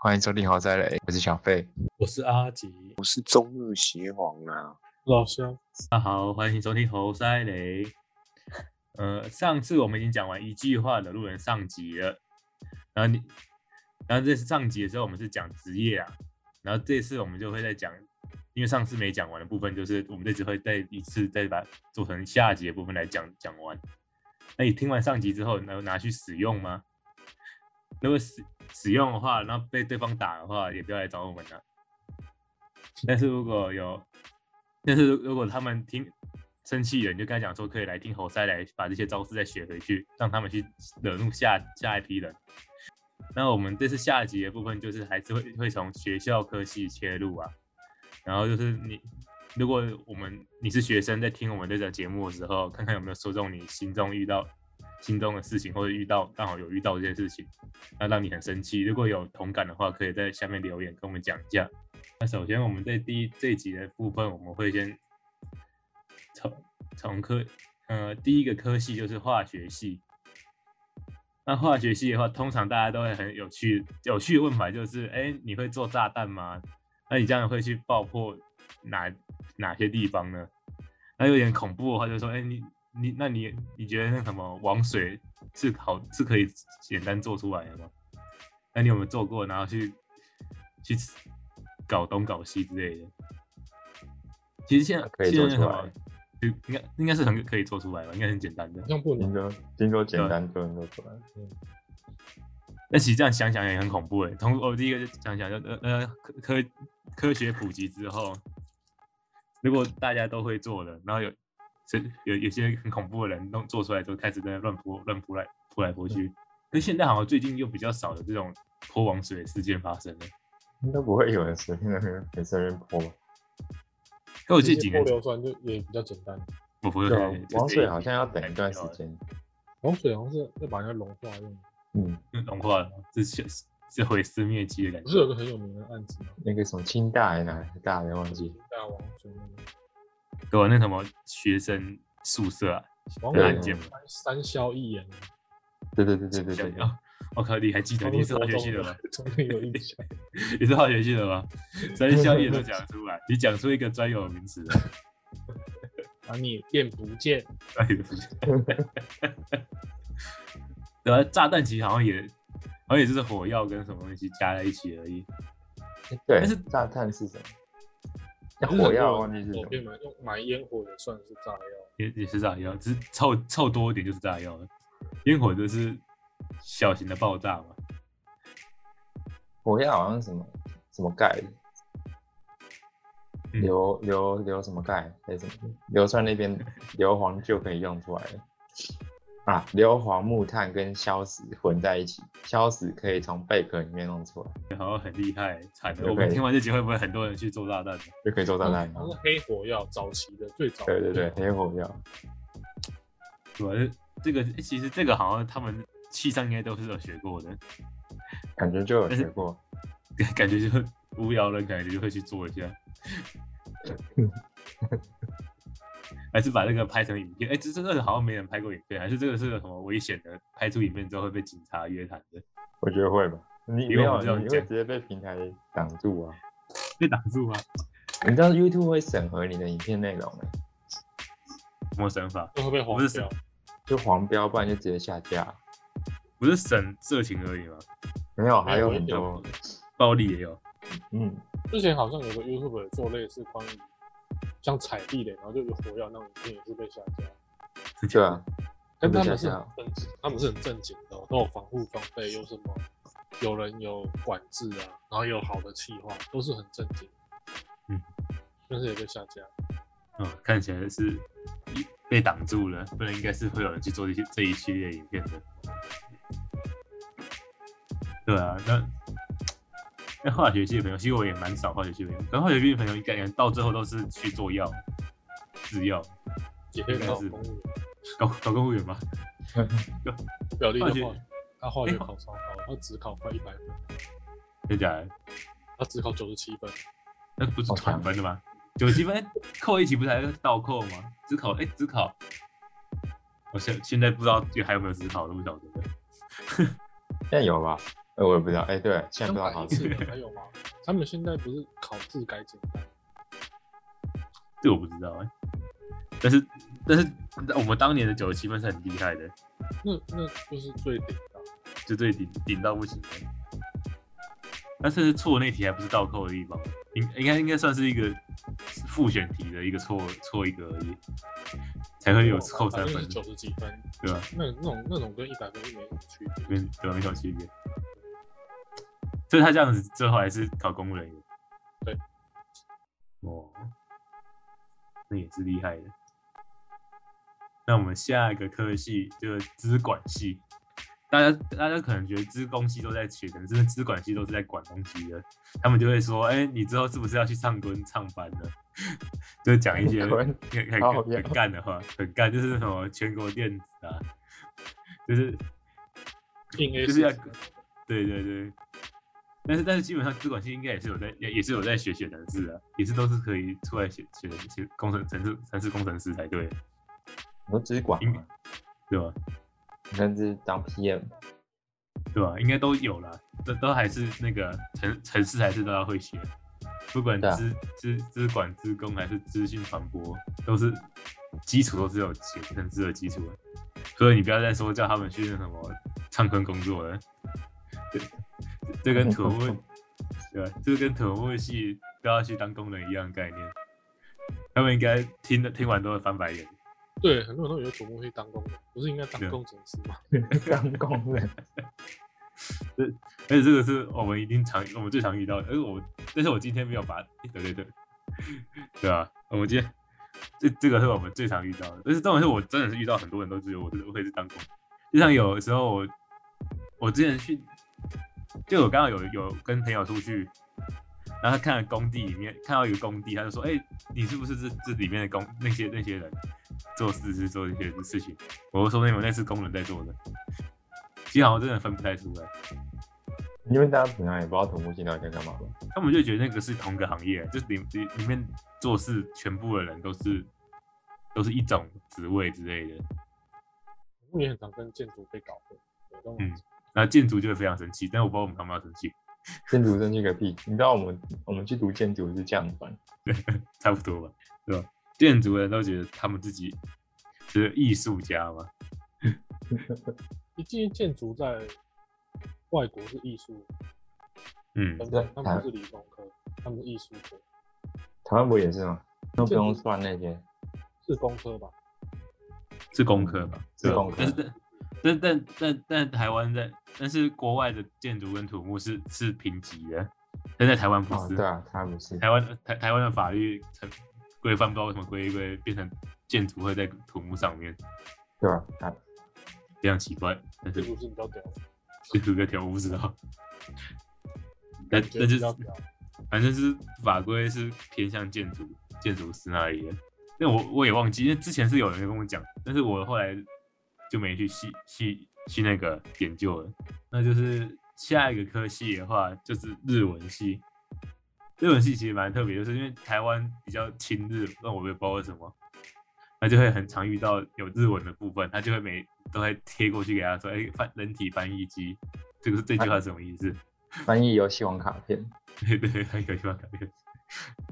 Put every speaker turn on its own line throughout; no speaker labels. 欢迎收听《豪宅雷》，我是小费。
我是阿吉，
我是中日协皇啊，
老乡。
大家好，欢迎收听猴塞雷。呃，上次我们已经讲完一句话的路人上集了，然后你，然后这次上集的时候我们是讲职业啊，然后这次我们就会再讲，因为上次没讲完的部分，就是我们这次会再一次再把做成下集的部分来讲讲完。那你听完上集之后，能拿去使用吗？如果使使用的话，然后被对方打的话，也不要来找我们了、啊 但是如果有，但是如果他们听生气了，你就跟他讲说可以来听猴塞来把这些招式再学回去，让他们去惹怒下下一批人。那我们这次下集的部分就是还是会会从学校科系切入啊，然后就是你如果我们你是学生在听我们这个节目的时候，看看有没有说中你心中遇到心中的事情，或者遇到刚好有遇到这些事情，那让你很生气。如果有同感的话，可以在下面留言跟我们讲一下。那首先，我们在第一这一集的部分，我们会先从从科，呃，第一个科系就是化学系。那化学系的话，通常大家都会很有趣，有趣的问法就是：哎，你会做炸弹吗？那你这样会去爆破哪哪些地方呢？那有点恐怖的话，就说：哎，你你那你你觉得那什么王水是好是可以简单做出来的吗？那你有没有做过？然后去去搞东搞西之类的？其实现在
可以
现
做
在
出
什
来
么应该应该是很可以做出来吧，应该很简单的
好。像不
听
能，
说听说简单就能做出来，
但其实这样想想也很恐怖诶。从我第一个就想想就呃呃科科科学普及之后，如果大家都会做了，然后有这有有些很恐怖的人弄做出来之后，开始在那乱泼乱泼来泼来泼去。可是现在好像最近又比较少有这种泼王水的事件发生了。
应该不会有人随便那边随便泼吧。
可我
我
这几年
硫酸就也比较简单，
我不会
对啊
看，
王水好像要等一段时间。
溶水好像是要把人家融化用的。
嗯，
间融化了，这是是毁尸灭迹的感
不
觉。
是有个很有名的案子吗？
那个什么清大还是哪个大的忘记，
大王水那个
对啊，那什么学生宿舍啊，
王
对
水
案件
嘛
三三消一啊炎，
对对对对对对
想想我靠，你还记得？你是化学系的吗？？
终于有印象，
你是化学系的吗？三效也都讲出来，你讲出一个专有名词了。
把啊你变不见。
专有名词。对啊，炸弹其实好像也，好像也就是火药跟什么东西加在一起而已。
对，
但
对
是
炸弹是什么？那火药啊忘记是什
我
么，
变埋用埋烟火也算是炸药，啊
也也是炸药，只是臭臭多一点就是炸药了。烟火就是小型的爆炸嘛，
火药好像是什么什么钙的，
嗯
硫硫硫什么钙还是什么？硫酸那 边硫磺就可以用出来了。啊，硫磺、木炭跟硝石混在一起，硝石可以从贝壳里面弄出来，
好像很厉害，惨了。
对
我们听完这集会不会很多人去做炸弹呢？
就可以做炸弹
好
了
嗯
像。是黑火药早期的最早。
对对对，，黑火药。
对吧？这个其实这个好像他们系上应该都是有学过的，
感觉就有学过。
感觉就无聊了，感觉就会去做一下。还是把那个拍成影片？哎、这这个好像没人拍过影片，还是这个是有什么危险的？拍出影片之后会被警察约谈的，
我觉得会吧。你
因
没
为
有
我们这，种
你会
讲
直接被平台挡住啊！
被挡住吗？
你知道 YouTube 会审核你的影片内容、欸，
什么审法？
都会被
不
黄
是
掉。
就黄标，不然就直接下架。
不是审色情而已吗？
没有，还有
没有
很多，
暴力也有，
嗯，
之前好像有个 YouTube 做类似关于像踩地雷，然后就有火药那种影片也是被下架。
对啊，
但
被
他们
下
是
架
啊
很正经，他们是很正经的哦、都有防护装备，有什么有人有管制啊，然后有好的企划，都是很正经。
嗯，
但是也被下架。
嗯，看起来是被挡住了，不然应该是会有人去做这些这一系列影片的。对啊，那那化学系的朋友，其实我也蛮少化学系的朋友，但化学系的朋友应该到最后都是去做药、制药、
也可以考公务员。
搞搞公务员嘛。
我表弟就
化学
化，他化学
哎
考超高，他只考快一百分，
真假的？
他只考九十七分。
那不是
好惨
满分的吗？九七分扣一起不是还是倒扣吗？只考哎，只考，我现现在不知道还有没有只考都不晓得了。
现在有吧？呃，我也不知道，哎、对，现在
三
不知道
百
考
一次
试，
的还有吗？他们现在不是考字改简单？
这我不知道哎、但是但是我们当年的九十七分是很厉害的，
那那就是最顶的。
就最顶顶到不行的。但是错那题还不是倒扣的地方，应应该应该算是一个复选题的一个错错一个而已，才会有扣哎三分，
九十几分，
对吧？
那那种那种跟一百分是没什么区别。
跟嗯对吧？没小区别。所以他这样子最后还是考公务人员。
对。
哦，那也是厉害的。那我们下一个科系就是资管系，大家大家可能觉得资工系都在学，可是资管系都是在管东西的，他们就会说，哎、你之后是不是要去上班上班呢？ 就讲一些
上
很
班
很
好
很干的话，很干就是什么全国电子啊，就是
硬 A
就是要
40
对对对，但是但是基本上资管系应该也是有在也也是有在学写程式啊，也是都是可以出来写写写工程程式程式工程师才对，
你说只管
应
吗？
对吧？
你看这是当 PM，
对吧？应该都有啦，都都还是那个程程式还是都要会写，不管
对啊
资资资管资工还是资讯传播，都是基础都是有写程式的基础的，所以你不要再说叫他们去那什么唱坑工作了，这 这跟土木对吧？这跟土木系都要去当工人一样的概念，他们应该听的听完都会翻白眼。
对，很多人都以为土木会当工人，不是应该当
对
工程师吗？
当工人，
而且这个是我们一定常我们最常遇到的，而且我但是我今天没有把它，对对对，对啊，我们今天这这个是我们最常遇到的，但是重点是我真的是遇到很多人都觉得我是我可以是当工，就像有的时候我我之前去，就我刚好有有跟朋友出去，然后他看了工地里面看到一个工地，他就说，哎、你是不是这这里面的工那些那些人做事是做这些事情？我就说那你们那是工人在做的，其实好像真的分不太出来。
因为大家平常也不知道土木系到底在干嘛吧？
他们就觉得那个是同个行业，就是里里里面做事全部的人都是都是一种职位之类的。
土木也很常跟建筑被搞混，有那种
嗯那建筑就会非常生气，但我不知道我们他们要生气，
建筑生气个屁！你知道我们我们去读建筑是这样分，
差不多吧，对吧？建筑人都觉得他们自己是艺术家嘛，
一进建筑在外国是艺术，
嗯，
等等
对，
他们不是理工科，他们是艺术科，
台湾不也是吗？都不用算那些，
是工科吧？
是工科吧，
是
对吧
工科
但是但但但但台湾在，但是国外的建筑跟土木是是评级的，但在台湾不
啊，
是，
对啊，他不是，
台湾台台湾的法律成规范，不知道为什么规一规变成建筑会在土木上面，
对吧？啊，
非常奇怪。但
是
是
不是比较屌？
建筑个条我不知道，但
觉
但就
得比
是
较屌。
反正是法规是偏向建筑建筑师那里的。那我我也忘记，因为之前是有人跟我讲，但是我后来就没去细细去那个研究了。那就是下一个科系的话，就是日文系。日文系其实蛮特别，就是因为台湾比较亲日，那我也不知道为什么，那就会很常遇到有日文的部分，他就会每都会贴过去给他说，哎、翻人体翻译机，这个是这句话是什么意思？
翻译游戏王卡片，
对对，很有趣吧？感觉。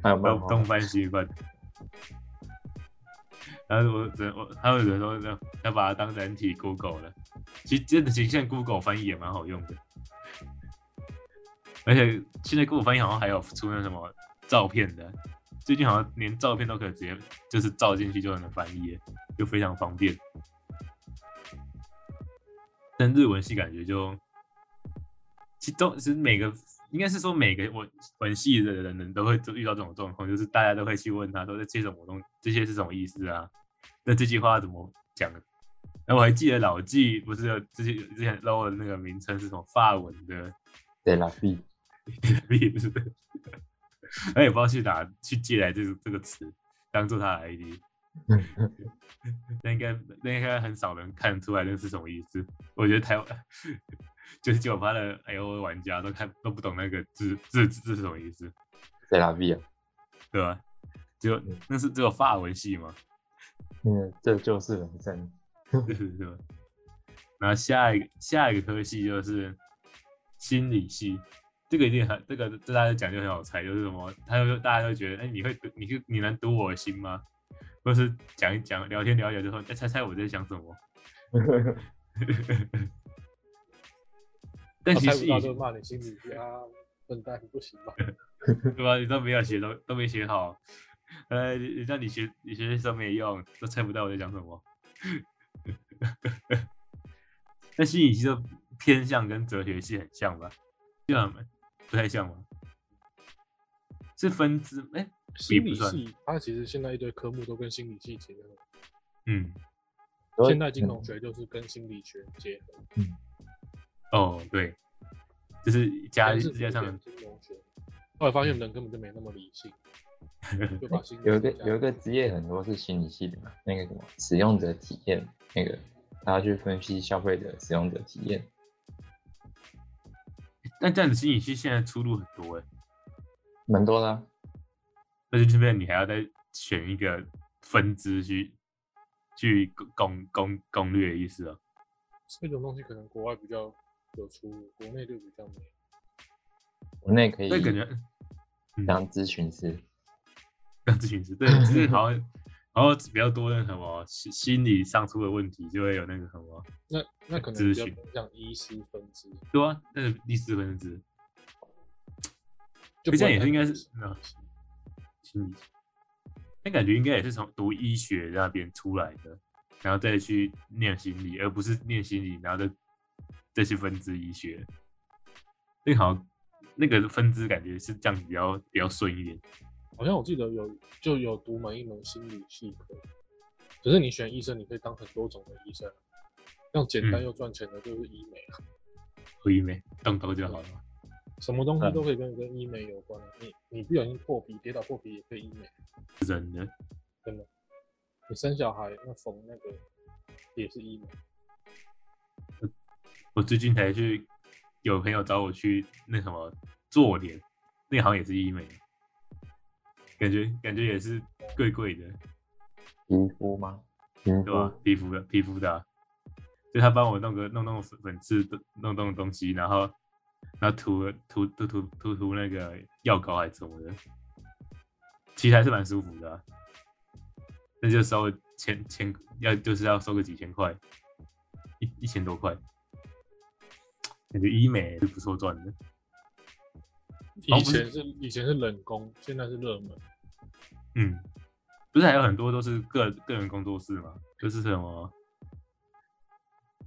还有漫
东
画
东，翻西翻。然后我只能我他们有人说要要把它当人体 Google 了，其实真的，其实现在 Google 翻译也蛮好用的，而且现在 Google 翻译好像还有出那什么照片的，最近好像连照片都可以直接就是照进去就能翻译了，就非常方便。但日文系感觉就，其实都其实每个应该是说每个文文系的人都会遇到这种状况，就是大家都会去问他说这些什么东这些是什么意思啊？那这句话怎么讲？然后我还记得老纪不是有之前之前 low 的那个名称是什么法文的
对啦，B，
币，不是？他也不知道去哪去借来这个这个词当做他的 ID，那应该那应该很少人看出来那是什么意思。我觉得台湾九十九趴的 L O 玩家都看都不懂那个字字字是什么意思，
对啦，B 啊，
对吧？只有
嗯
那是只有法文系 吗？
嗯，这就是人生，
对对对。然后下一个下一个科系就是心理系，这个一定很这个这大家讲就很好猜，就是什么，他就大家就觉得，哎，你会读你是你能读我的心吗？或是讲一讲聊天聊一聊就说，哎，猜猜我在想什么？但
我
其
哦猜
实呃
不
以
到就骂你心理系啊，笨蛋不行吧？
对吧？你都没有写都都没写好，呃，你让你学你学都没用，都猜不到我在讲什么。 那心理系就偏向跟哲学系很像吧？就很不太像吗？是分支哎、
心理
不算
系它其实现在一堆科目都跟心理系结合，
嗯，
现代金融学就是跟心理学结合，
哦，对，就是加
但是
加上
古典金融学。后来发现人根本就没那么理 性，就把心理
有一个
学加
有一个职业很多是心理系的嘛，那个什么使用者体验，那个他要去分析消费者使用者体验。
但这样子心理系现在出路很多哎、
蛮多的啊、
但是这边你还要再选一个分支去去攻攻攻略的意思哦。
这种东西可能国外比较有出入，国内就比较没有。
国内可以
所以感觉嗯
当咨询师，
当咨询师，
嗯
对，就是好像好像比较多那什么心心理上出的问题，就会有那个什么，
那那可能
咨
比较
询
偏向医师分支，
对啊，那是第四分支所以
就不
这样也是
会太
应该是
心理
嗯
系
心理，那感觉应该也是从读医学那边出来的，然后再去念心理，而不是念心理，然后再再去分支医学。那个好像那个分支感觉是这样比较比较顺一点。
好像我记得有就有独门一门心理系科，只是你选医生，你可以当很多种的医生，这样简单
嗯
又赚钱的就是医美啊，
可以没动头就好了嘛。
什么东西
嗯
都可以跟跟医美有关的。你你不小心破皮跌倒破皮也可以医美，
人的
你生小孩那缝那个也是医美，
我最近才去，有朋友找我去那什么做脸，那好像也是医美，感觉感觉也是贵贵的，
皮肤吗？皮
对 啊吧
肤？
皮肤的皮肤的啊、就他帮我弄个弄弄粉粉刺，弄弄东西，然后然后涂了涂涂涂涂涂那个药膏还是什么的，其实还是蛮舒服的、啊，那就收了千千要就是要收个几千块，一一千多块，感觉医美是不错赚的。哦
以
不是
前是以前是冷宫，现在是热门，
嗯，不是还有很多都是个个人工作室嘛，就是什么，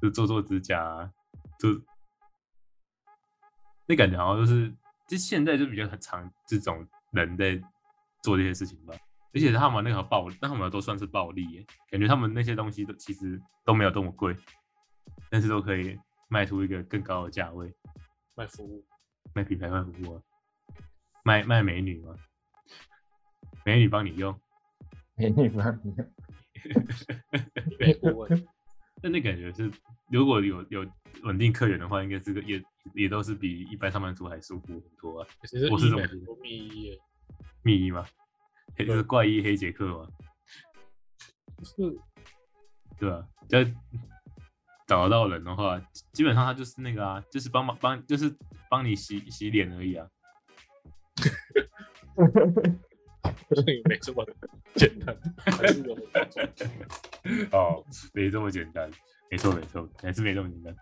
就做做指甲、啊，就那感觉好像就是，就现在就比较很常这种人在做这些事情吧。而且他们那个暴，他们都算是暴利耶，感觉他们那些东西都其实都没有这么贵，但是都可以卖出一个更高的价位，
卖服务。
卖品牌卖服务啊，卖卖美女嘛，美女帮你用。
美女吗？
医美 顾问，
但那感觉是，如果有有稳定客源的话，应该这个也也都是比一般上班族还舒服很多啊。
其实
我是
医
这么
美
觉
很
得
多秘医耶，
密衣嘛，黑就是怪医黑杰克嘛，
就是
对吧、要找得到人的话，基本上他就是那个啊，就是帮忙帮，就是帮你洗洗脸而已啊。
就是也没这么简单， 还是有很多种。
哦，没这么简单，没错没错，还是没这么简单。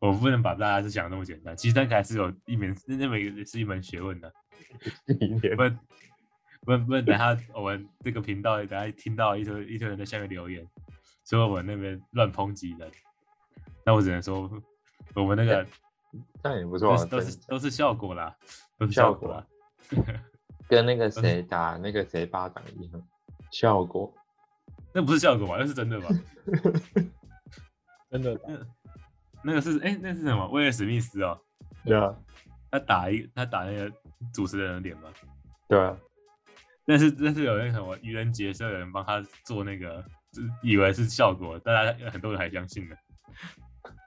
我不能把大家是想的那么简单，其实那个还是有一门，那那每个是一门学问啊的、不然不然不然等下我们这个频道等下听到一堆一堆人在下面留言，说我们那边乱抨击人，那我只能说我们那个
这样也不错
都
啊，
是都是
真
都是效果啦，都是
效
效果
果
啦。
跟那个谁打那个谁巴掌一样，效果
那不是效果吧？那是真 的吧？
真的吧，
那个是哎、那是什么？威尔史密斯哦，
对啊，
他打一他打那个主持人的脸嘛。
对啊，
但是但是有那个什么愚人节是有人帮他做那个，就是以为是效果，大家很多人还相信呢。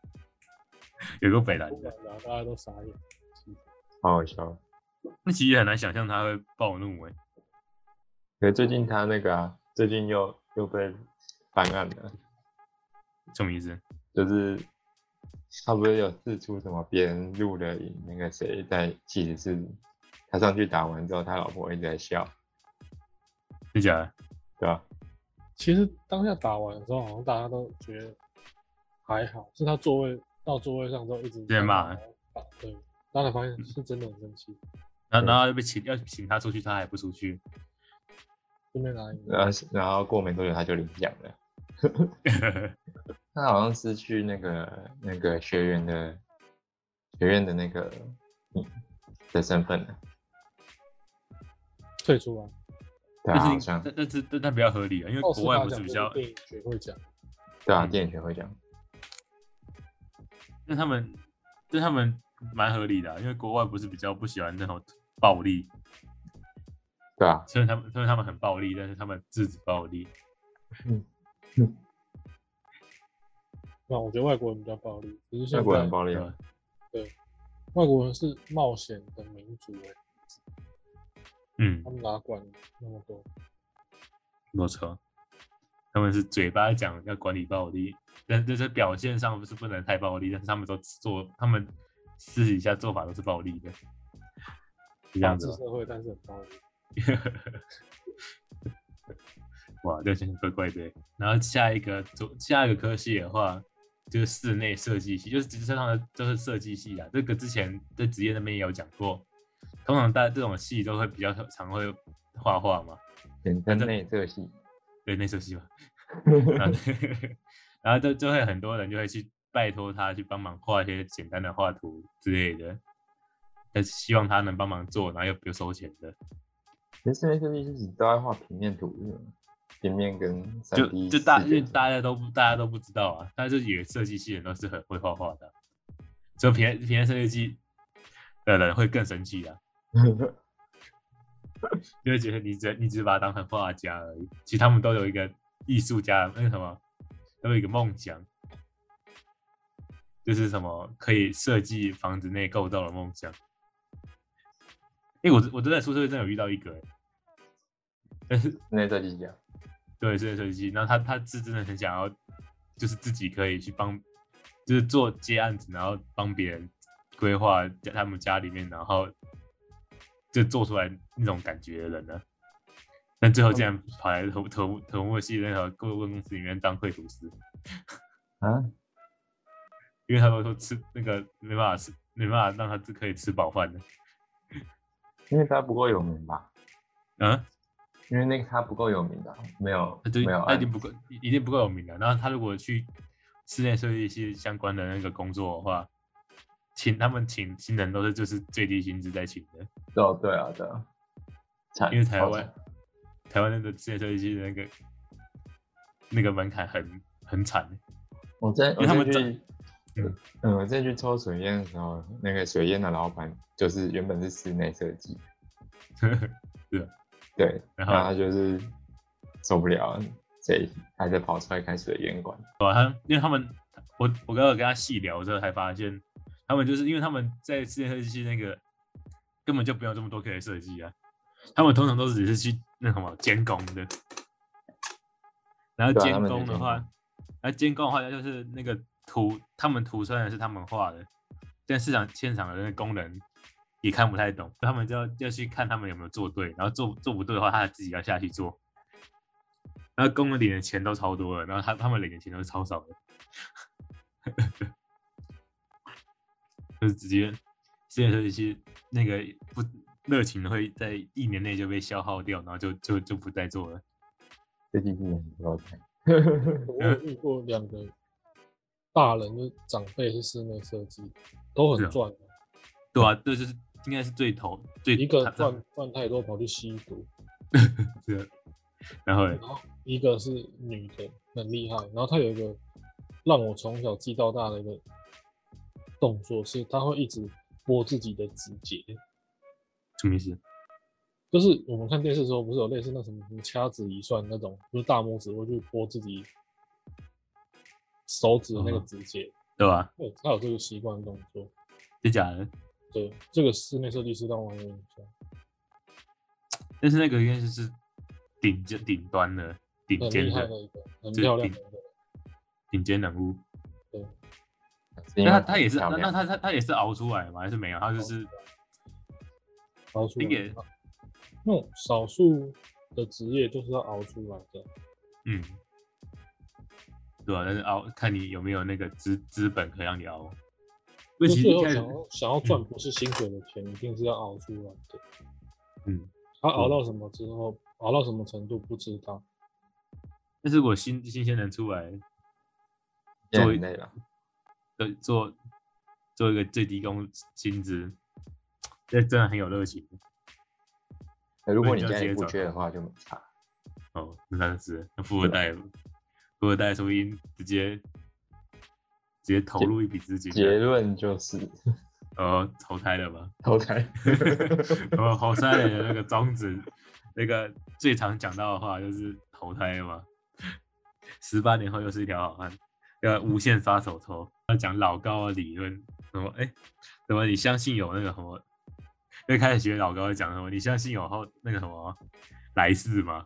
有个北兰
突
的，
然啊，大家都傻眼。
好好笑。
那其实也很难想象他会暴怒哎、
可是最近他那个啊，最近又又被翻案了，
什么意思？
就是他不是有试出什么别人录的影，那个谁在其实是他上去打完之后，他老婆一直在笑，
真假的？
对吧？
其实当下打完的时候，好像大家都觉得还好，是他座位到座位上之后一直
对骂嗯
在打，对，当然发现是真的很生气，
然后然后要被请要请他出去，他还不出去，
顺便拿饮料
然后然后过没多久他就领奖了，啊他好像是去那个那个学员的学院的那个嗯的身份了，
退出啊。
对啊，好
但是
像
但但是但但比较合理啊，因为
奥斯
国外
卡
不是
奖
比较
就哦是电影学会奖，
对啊，
嗯
电影学会讲，
那他们，那他们蛮合理的啊、因为国外不是比较不喜欢那种暴力，
对啊，
虽然他们虽然他们很暴力，但是他们制止暴力。
那我觉得外国人比较暴力，只是
外
现在
国人暴力啊，
对
外国人是冒险的民族、欸，
嗯
他，们哪管那么多？
没错，他们是嘴巴讲要管理暴力，但但是表现上是不能太暴力，但是他们都做，他们私底下做法都是暴力的，是这
法
样
治
子吗。啊
社会，但是很暴力。
哇，这真怪怪的欸。然后下一个左下一个科系的话，就是室内设计系，就是职称上的都是设计系啊。这个之前在职业那边也有讲过，通常大这种系都会比较常会画画嘛，
简称内设系，
对内设系嘛。然后然后就就会很多人就会去拜托他去帮忙画一些简单的画图之类的，但是希望他能帮忙做，然后又不收钱的。
其实室内设计师都爱画平面图，是吗平面跟三
就
D
就大，因为大家都不大家都不知道啊，但是有设计系人都是很会画画的啊，所以平安平安设计系的人会更生气啊， 就会觉得你只你只是把他当成画家而已，其实他们都有一个艺术家那个什么，都有一个梦想，就是什么可以设计房子内构造的梦想。哎、我我真的出社会真的有遇到一个、欸，但是
室内设计奖，
对，室内设计系。然后他他是真的很想要，就是自己可以去帮，就是做接案子，然后帮别人规划在他们家里面，然后就做出来那种感觉的人呢。但最后竟然跑来土土土木系那条顾问公司里面当绘图师，
啊，
因为他们说吃那个没办法吃，没办法让他只可以吃饱饭的。
因为他不够有名吧？
嗯，
因为那个他不够有名吧？没有
他就
没有啊
他
案
一定不够，一定不够有名的。然后他如果去室内设计系相关的那个工作的话，请他们请新人都是就是最低薪资在请的，
哦，对啊，对啊，惨
因为台
超
湾
惨
台湾那个室内设计系的那个那个门槛很很惨，
我在
因为他
我
们
在去
真，嗯
嗯，我在去抽水烟的时候，那个水烟的老板就是原本是室内设 计，对，
啊然
然
后
后他就是受不了，所以他就跑出来开水烟馆，
因为他们我我刚刚有跟他细聊之后才发现，他们就是因为他们在室内设计系那个根本就不用这么多 K 的设计啊，他们通常都只是去那什么监工的，然后
对啊
监
他们
工
是
的
监
话
工，
然后监工的话就是那个图，他们图虽然是他们画的，但市场现场的那个工人也看不太懂，他们就要要去看他们有没有做对，然后做做不对的话，他自己要下去做。然后工人领的钱都超多了，然后他他们领的钱都是超少的，就是直接这件事情那个不热情会在一年内就被消耗掉，然后就就就不再做了。
设计师很多惨，
我
嗯
有遇过两个大人，就是长辈是室内设计，都
是
很
啊
赚的，
对啊，这就是应该是最头最
一个
他他
赚赚太多跑去吸毒，
是的然后嘞
然后一个是女的很厉害，然后她有一个让我从小记到大的一个动作是，她会一直拨自己的指节，
什么意思？
就是我们看电视的时候不是有类似那什么什么掐指一算那种，就是大拇指会去拨自己手指的那个
嗯
指节，
对吧？
对，她有这个习惯动作。
真假的？
对，这个室内设计师让我有印象。
但是那个应该就是顶尖顶端的顶
很
尖
厉害
的
的一个，很
这
漂亮
顶
的一个。
顶尖人物。
对，
因
那
为
他他也是，
漂
那那
亮
他他他也是熬出来的吗？还是没有？他就是
哦熬出来
应该
的。啊那种少数的职业就是要熬出来的，
嗯，对啊吧、但是熬看你有没有那个资资本可以让你熬。因为
就
其实
最
一
后
开
想
始，
要想要赚不是薪水的钱，一定是要熬出来的。
嗯，
他熬到什么之后，熬到什么程度不知道，
但是我新新鲜人出来，
也
作为
很累了。
对，做做一个最低工薪资，这真的很有热情
那如果
你
你
就
家
直
里
接
不
找
缺
他
的话，就没差。
哦。那是富二代，富二代说不定直接直接投入一笔资金，
结论就是
呃，投胎了吧？
投胎。
我侯赛人的那个宗旨，那个最常讲到的话就是投胎嘛。十八年后又是一条好汉，要无限杀手抽，要讲老高的理论，什么哎、什么你相信有那个什么，又开始学老高讲什么，你相信有后那个什么来世吗？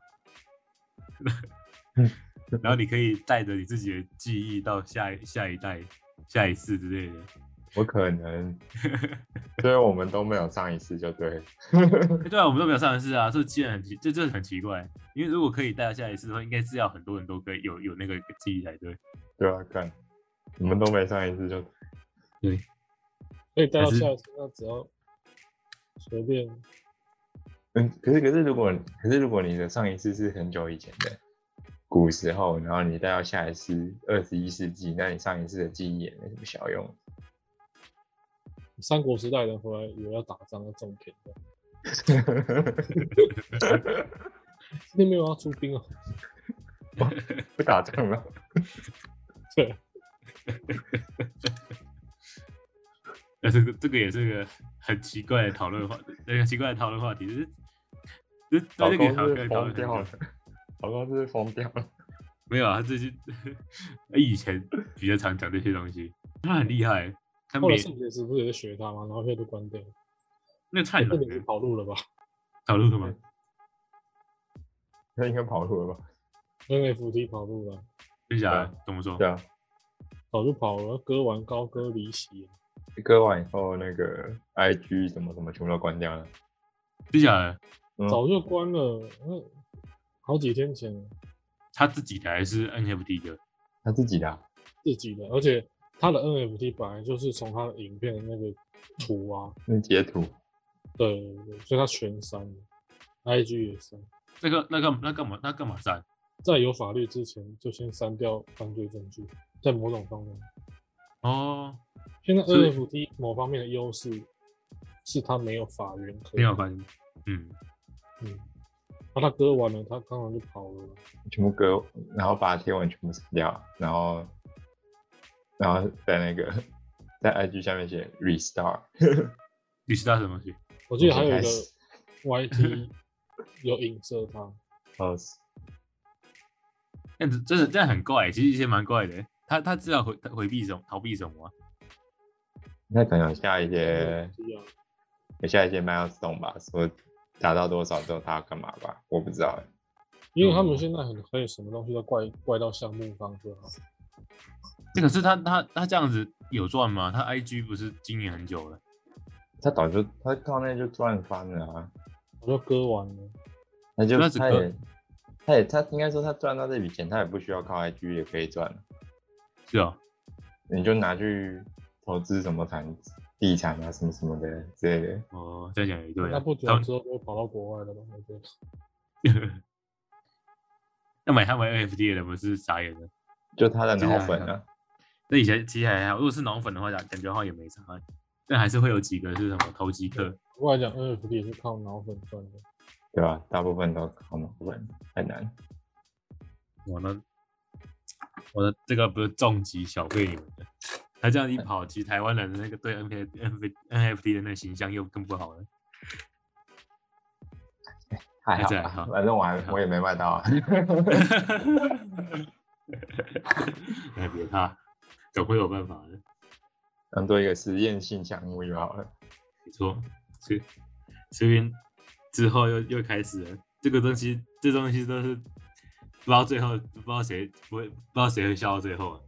然后你可以带着你自己的记忆到下一下一代、下一世之类的。
不可 能，所以我们都没有上一次就对了。
欸对啊，我们都没有上市啊，所以既然很奇，这这很奇怪。因为如果可以带到下一次的话，应该是要很多人都可以有有那个记忆才对。
对啊，看我们都没上一次就
所以带到
还是
下一次，那只要随便
嗯，可是可是如果可是如果你的上一次是很久以前的古时候，然后你带到下一次二十一世纪，那你上一次的记忆也没什么效用。
三国时代的回来，以为要打仗要种田的，今天没有要出兵啊，
不打仗了，
对，
但是这个也是个很奇怪的讨论话，那个奇怪的讨论话题，就是就是
老
对这
公
个好
是
像讨
疯
论
掉
很
了
久。，
老公是疯掉了。
没有啊，他最近 以前比较常讲这些东西，他很厉害，他
后来
每
圣洁石不是也在学他吗？然后现在都关掉了，
那个太
这
冷
你是
了，
跑路了吧？
讨论什么？
那应该跑路了吧？
NFT 跑路了，
真假的？怎么说
对？啊，
早就跑了，割完高歌离席了，
割完以后那个 IG 什么什么全部都关掉了。
真假的？
嗯
早就关了，那好几天前
他自己的还是 NFT 的？
他自己的啊、
自己的，而且他的 NFT 本来就是从他的影片的那个图啊，
那截图
对对对，所以他全删了，IG 也删，
那个那干那干嘛那干嘛删？
在有法律之前就先删掉犯罪证据，在某种方面，
哦，
现在
所以
NFT 某方面的优势是它没有法源可
没
以，
有关系。嗯，
嗯，那、他割完了，他当然就跑了，
全部割，然后把贴文全部删掉，然后然后在那个 在 IG 下面写 restart，
你知道什么东西？
我记得还
重
有
新开
一个
始
YT 有影射他，
哦，
但是真的这样很怪，其实以前蛮怪的。他他知道回他回避什么，逃避什么啊、
那可能有下一些
NFT 啊，
有下一些 milestone 吧，说达到多少之后他要干嘛吧，我不知道欸。
因为他们现在很可以什么东西都怪怪到项目方啊就好。
这可是他他他这样子有赚吗？他 IG 不是经营很久了？
他早就他靠那就赚翻了啊，
我就割完了，
他就
那只
他
割
也他也他应该说他赚到这笔钱，他也不需要靠 IG 也可以赚，
是哦，
你就拿去投资什么产地产啊什么什么的之类的。
哦，这样讲也对啊。
那不久
他们
之后就会跑到国外了吧？我觉得
要买他们 NFT 的人不是傻眼了。
就他的
接下
脑
来
粉
看
啊，
那以前其实还好，如果是脑粉的话，感感觉好像也没啥，啊但还是会有几个是什么投机客。
我来讲 NFT 也是靠脑粉赚的，
对吧、大部分都靠脑粉，很难。
我呢，我的这个不是重击小费你们的，他这样一跑，其实台湾人的那个对 N F N F T 的那个形象又更不好了。
还
那
好
这样
吧，
好
反正我还
好
我也没卖到、啊。
哎，别怕，总会有办法的。
当做一个实验性项目就好了。
没错，这这边之后又又开始了，这个东西，这东西都是不知道最后不知道谁不会不知道谁会笑到最后啊。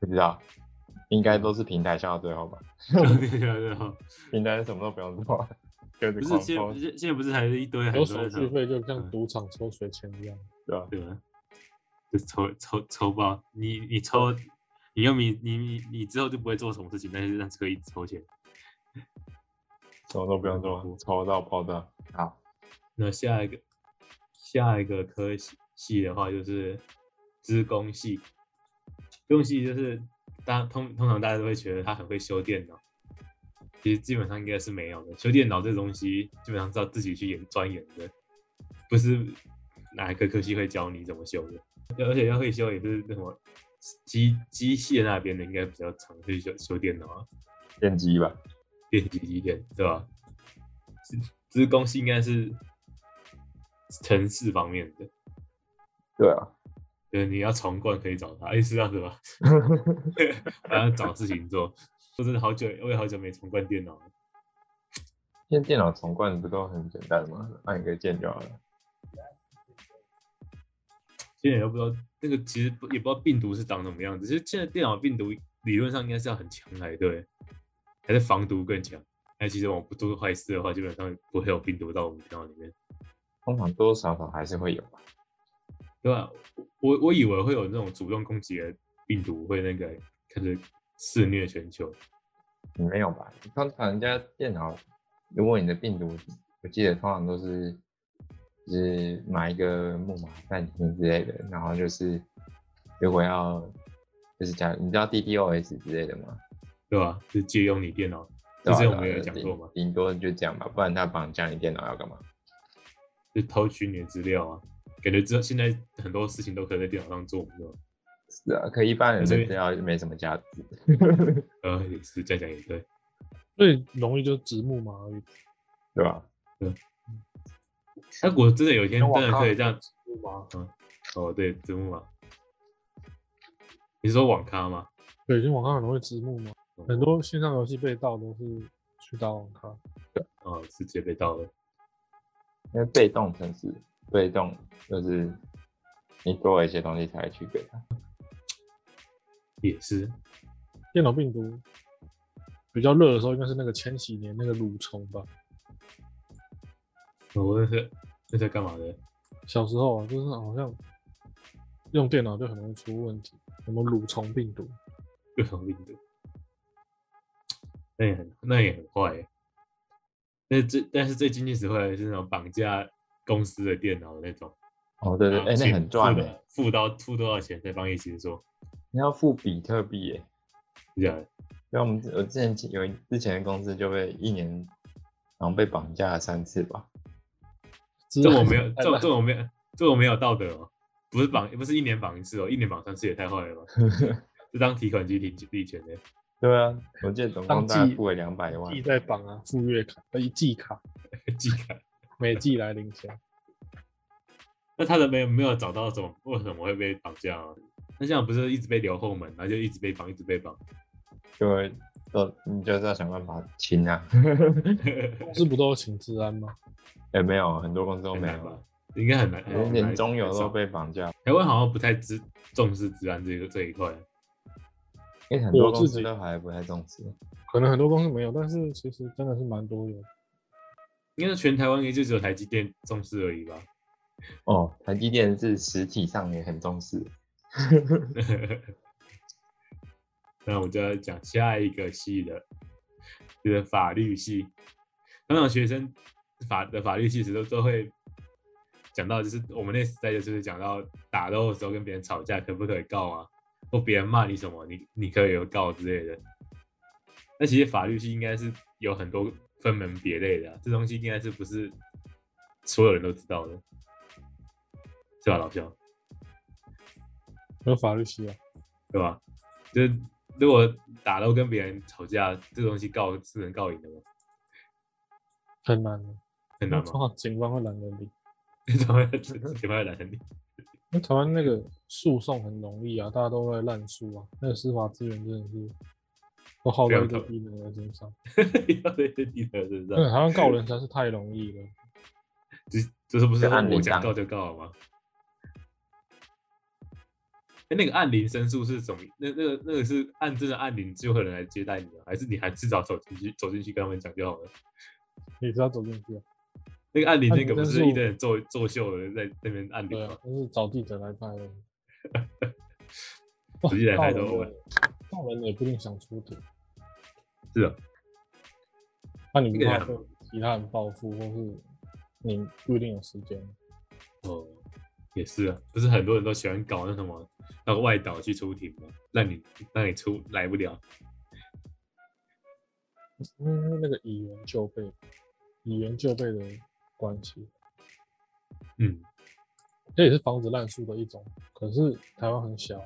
不知道，应该都是平台笑到最后吧？
对对对，
平台什么都不用做，就是
不
狂
是现在
抛
不，是现在不是还是一堆很
有
多
手
人
续费就像
嗯
赌场抽水签一样。
对吧？
对吧？就抽抽抽爆你，你抽，你又没你你你之后就不会做什么事情，但是但是可以一直抽钱。
什么都不用做，抽到爆炸。好，
那下一个下一个科系系的话就是资工系，资工系就是大通通常大家都会觉得他很会修电脑，其实基本上应该是没有的。修电脑这东西基本上是要自己去研钻研的，不是哪一个科系会教你怎么修的，而且要会修也是那什么机机械那边的应该比较常去修修电脑啊。
电机吧，
电机机电，对吧？资资工系应该是城市方面的，
对啊，
就是你要重灌可以找他，哎、是这样子吧？还要找事情做。说真的，好久我也好久没重灌电脑了。
现在电脑重灌不都很简单吗？按一个键就好了。
现在也不知道那个其实不也不知道病毒是长什么样子，其实现在电脑病毒理论上应该是要很强才对，还是防毒更强。那其实我们不做坏事的话，基本上不会有病毒到我们电脑里面。
通常多多少少还是会有吧。
对吧？我我以为会有那种主动攻击的病毒会那个开始肆虐全球，
没有吧？通常人家电脑，如果你的病毒，我记得通常都是就是买一个木马在里面之类的，然后就是如果要就是讲你知道 DDoS 之类的吗？
对吧？就借用你电脑，
对
之
吧
前我们有
对吧
讲
顶
过嘛，
顶多就这样吧，不然他绑架你电脑要干嘛？
就偷取你的资料啊。感觉之后现在很多事情都可以在电脑上做，对吧？
是啊，可一般人
这
的
边
资料就没什么价值。
呃，也是这样讲也对。
最容易就是直木马而已，
对吧？
那如哎果真的有一天
那我
真的可以
靠
这样，
直木马
哦，对，字幕嘛，你是说网咖吗？
对，因为网咖很容易直木马，
嗯
很多线上游戏被盗都是去打网咖。
哦，是直接被盗了。
因为被动城市，被动就是你多了一些东西才会去给他。
也是，
电脑病毒比较热的时候，应该是那个千禧年那个蠕虫吧。
哦我问是那在干嘛的？
小时候啊，就是好像用电脑就很容易出问题，什么蠕虫病毒，
各种病毒，那也很那也很坏耶。那最但是最经济实惠的是那种绑架公司的电脑的那种，
哦，对对，
然后
哎、那
啊去
很赚
付
的、
的，付到付多少钱才帮你解说？
你要付比特币欸耶、
是这样的，
因为我们之我之前有一之前的公司就被一年，好像被绑架了三次吧。
这
这我没有， 这这我没有，这我没有道德哦，不是绑，不是一年绑一次哦，一年绑三次也太坏 了吧？就当提款机提提钱的，
对啊，我记得总
当
共大概
季
付了两百万
季。在绑啊，付月卡，呃，一季卡，
寄卡。
每季来领钱。
那他的没有没有找到怎么为什么会被绑架、啊？那这样不是一直被留后门，然后就一直被绑，一直被绑。
就都你就是要想办法清啊。
公司不都有请治安吗？
哎、没有，很多公司都
很
没
难
有嗯
吧，？应该很难，
连
很
连
难
中游
很少
都被绑架，
台湾好像不太知重视治安这个这一块，
因为很多
我自
公司
己
都还不太重视。
可能很多公司没有，但是其实真的是蛮多有的。
应该全台湾也就只有台积电重视而已吧。
哦，台积电是实体上也很重视。
那我就要讲下一个系了，就是法律系。通常学生法的法律系时都都会讲到，就是我们那时代就是讲到打斗的时候跟别人吵架可不可以告啊，或别人骂你什么，你你可以有告之类的。那其实法律系应该是有很多分门别类的啊、这东西应该是不是所有人都知道的，是吧，老肖？
有法律系啊，
对吧？就是如果打到跟别人吵架，这东西告是能告赢的吗？
很难的，
很
那
难
通
吗？
常警方会懒得理。
怎么会怎么会难成你？
那台湾那个诉讼很容易啊，大家都在滥诉啊，那个司法资源真的是都耗在一
非
个
常
低能的身上。
要在你的身
那
上，
台湾告人实在是太容易了，
这这是不是
就按
说我
铃铛
想告就告了吗？哎，那个按铃申诉是怎么？那那个那个是按真的按铃就会有人来接待你吗？还是你还至少走进去走进去跟他们讲就好了？
也是要走进去啊。
那个按铃
按
那
铃
个不
申
是
诉
一堆人作作秀的在那边按铃
对
吗
啊？，就是找记者来拍的。
直接来拍都
澳门
OK
的澳门的也不一定想出庭，
是啊，
那你不怕
这个
被其他人报复，或是你不一定有时间。
哦，也是啊，不是很多人都喜欢搞那什么到外岛去出庭吗？让你让你出来不了，
因为那个以援就背，以援就背的关系，
嗯，
这也是防止滥诉的一种。可是台湾很小，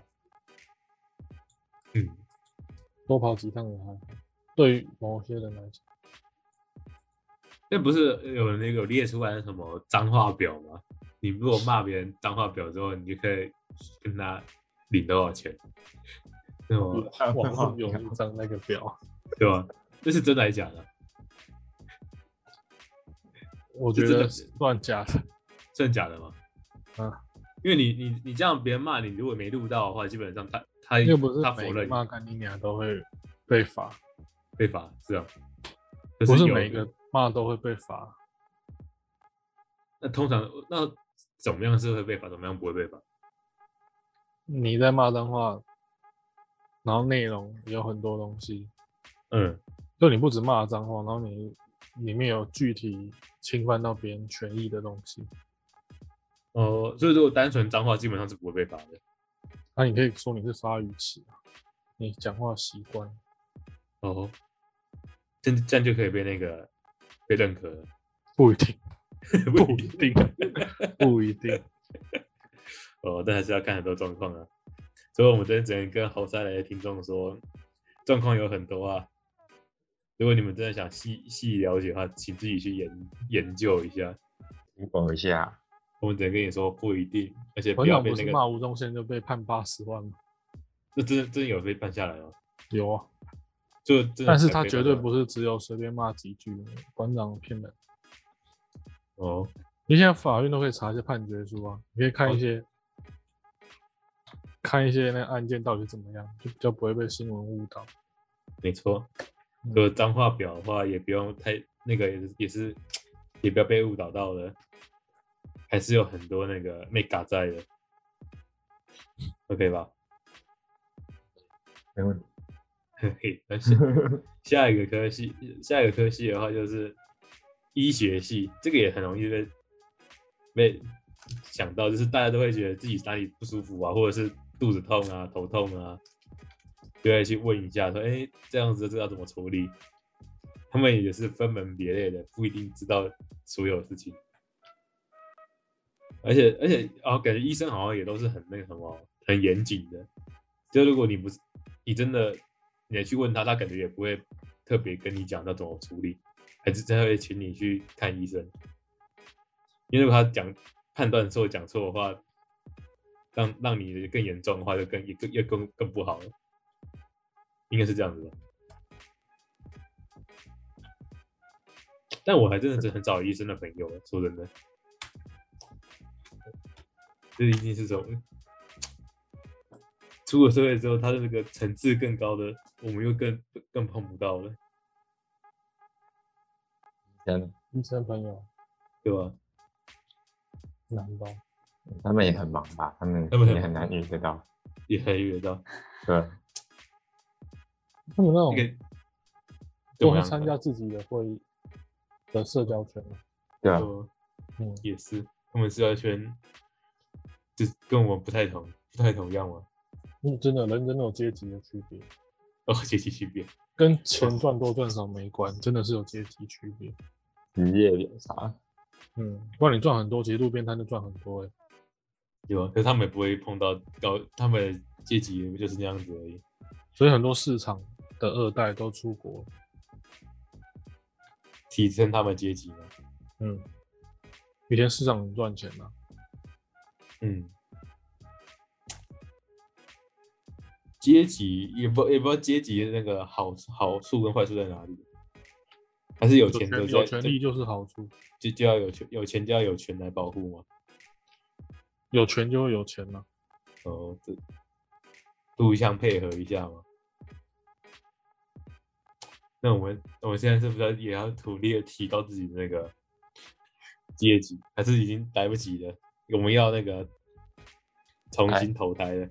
嗯，
多跑几趟也还好。对于某些人来讲，
那不是有那个有列出来什么脏话表吗？你如果骂别人脏话表之后，你就可以跟他领多少钱，那
嗯
种
网上有一张那个表，
对吧？这是真的还是假的？
我
这
觉
真
得
的是
乱假的。
真的假的吗？
啊，
因为你你你这样别人骂你，如果没录到的话，基本上他他
又不是
他
每
否
个
认
骂干你娘都会被罚，
被罚，是啊，可
不是
有
每个骂都会被罚。
那通常那怎么样是会被罚，怎么样不会被罚？
你在骂脏话，然后内容有很多东西，
嗯，
就你不止骂脏话，然后你里面有具体侵犯到别人权益的东西，
哦，所以如果单纯脏话，基本上是不会被罚的。
那你可以说你是发语词啊，你讲话习惯，
哦，这样这样就可以被那个被认可了，
不一 定，
不
不
一
一
定
定，不一定。
哦，但还是要看很多状况啊。所以我们真的只能跟猴塞来的听众说，状况有很多啊。如果你们真的想细细了解的话，请自己去研研究一下。
你等一下，
我们只能跟你说不一定，而且不
馆
要
长
被
不
那
是
个，
骂吴宗宪就被判八十万吗？
那真的真的有被办下来吗？
有啊，
就真的
但是
有
他
被
绝
办
对
下来
不是只有随便骂几句，馆长骗人。
哦，
你现在法院都可以查一些判决书啊，你可以看一些、看一些那个案件到底怎么样，就比较不会被新闻误导。
没错。
嗯
如果脏话表的话，也不用太那个也是，也是也不要被误导到了，还是有很多那个 m 嘎在的，OK 吧？
没问题。
嘿嘿，那下下一个科系，下一个科系的话就是医学系，这个也很容易被被想到，就是大家都会觉得自己哪里不舒服啊，或者是肚子痛啊、头痛啊，就会去问一下说，哎、这样子这要怎么处理？他们也是分门别类的，不一定知道所有事情。而且而且啊，感觉医生好像也都是很那个什么，很严谨的。就如果你不是你真的你去问他，他感觉也不会特别跟你讲那怎么处理，还是真的会请你去看医生。因为如果他讲判断错、讲错的话，让让你更严重的话，就更也更又更更不好了。应该是这样子的。但我还真的是很少有医生的朋友，说真的，这一定是从出了社会之后，他的那个层次更高的，我们又更更碰不到了，
真的，
医生朋友
对吧？
难吧？
他们也很忙吧？他们
他们很
也很难遇得到。
也很遇得到
对，啊
他们那种
那个，
都会参加自己的会议的社交圈嘛
对啊，
呃，
嗯，
也是，他们社交圈就是跟我们不太同，不太同样嘛。
嗯，真的人真的有阶级的区别，
哦，阶级区别，
跟钱赚多赚少没关，真的是有阶级区别。
职业有啥？
嗯，不然你赚很多，其实路边摊就赚很多、欸。
有啊，可是他们也不会碰到高，他们的阶级就是那样子而已。
所以很多市场的二代都出国了，
提升他们阶级嘛。
嗯，以前市场很赚钱啊呐、
嗯，阶级也不也不知道阶级的那个好好处跟坏处在哪里，还是有
有
钱
权
的
有
在
权
在
利就是好处，
就就要有权有钱就要有权来保护嘛。
有权就会有钱嘛。
哦，这录像配合一下吗？那我们我们现在是不是要也要努力的提高自己的那个阶级？还是已经来不及了？我们要那个重新
哎
投胎了，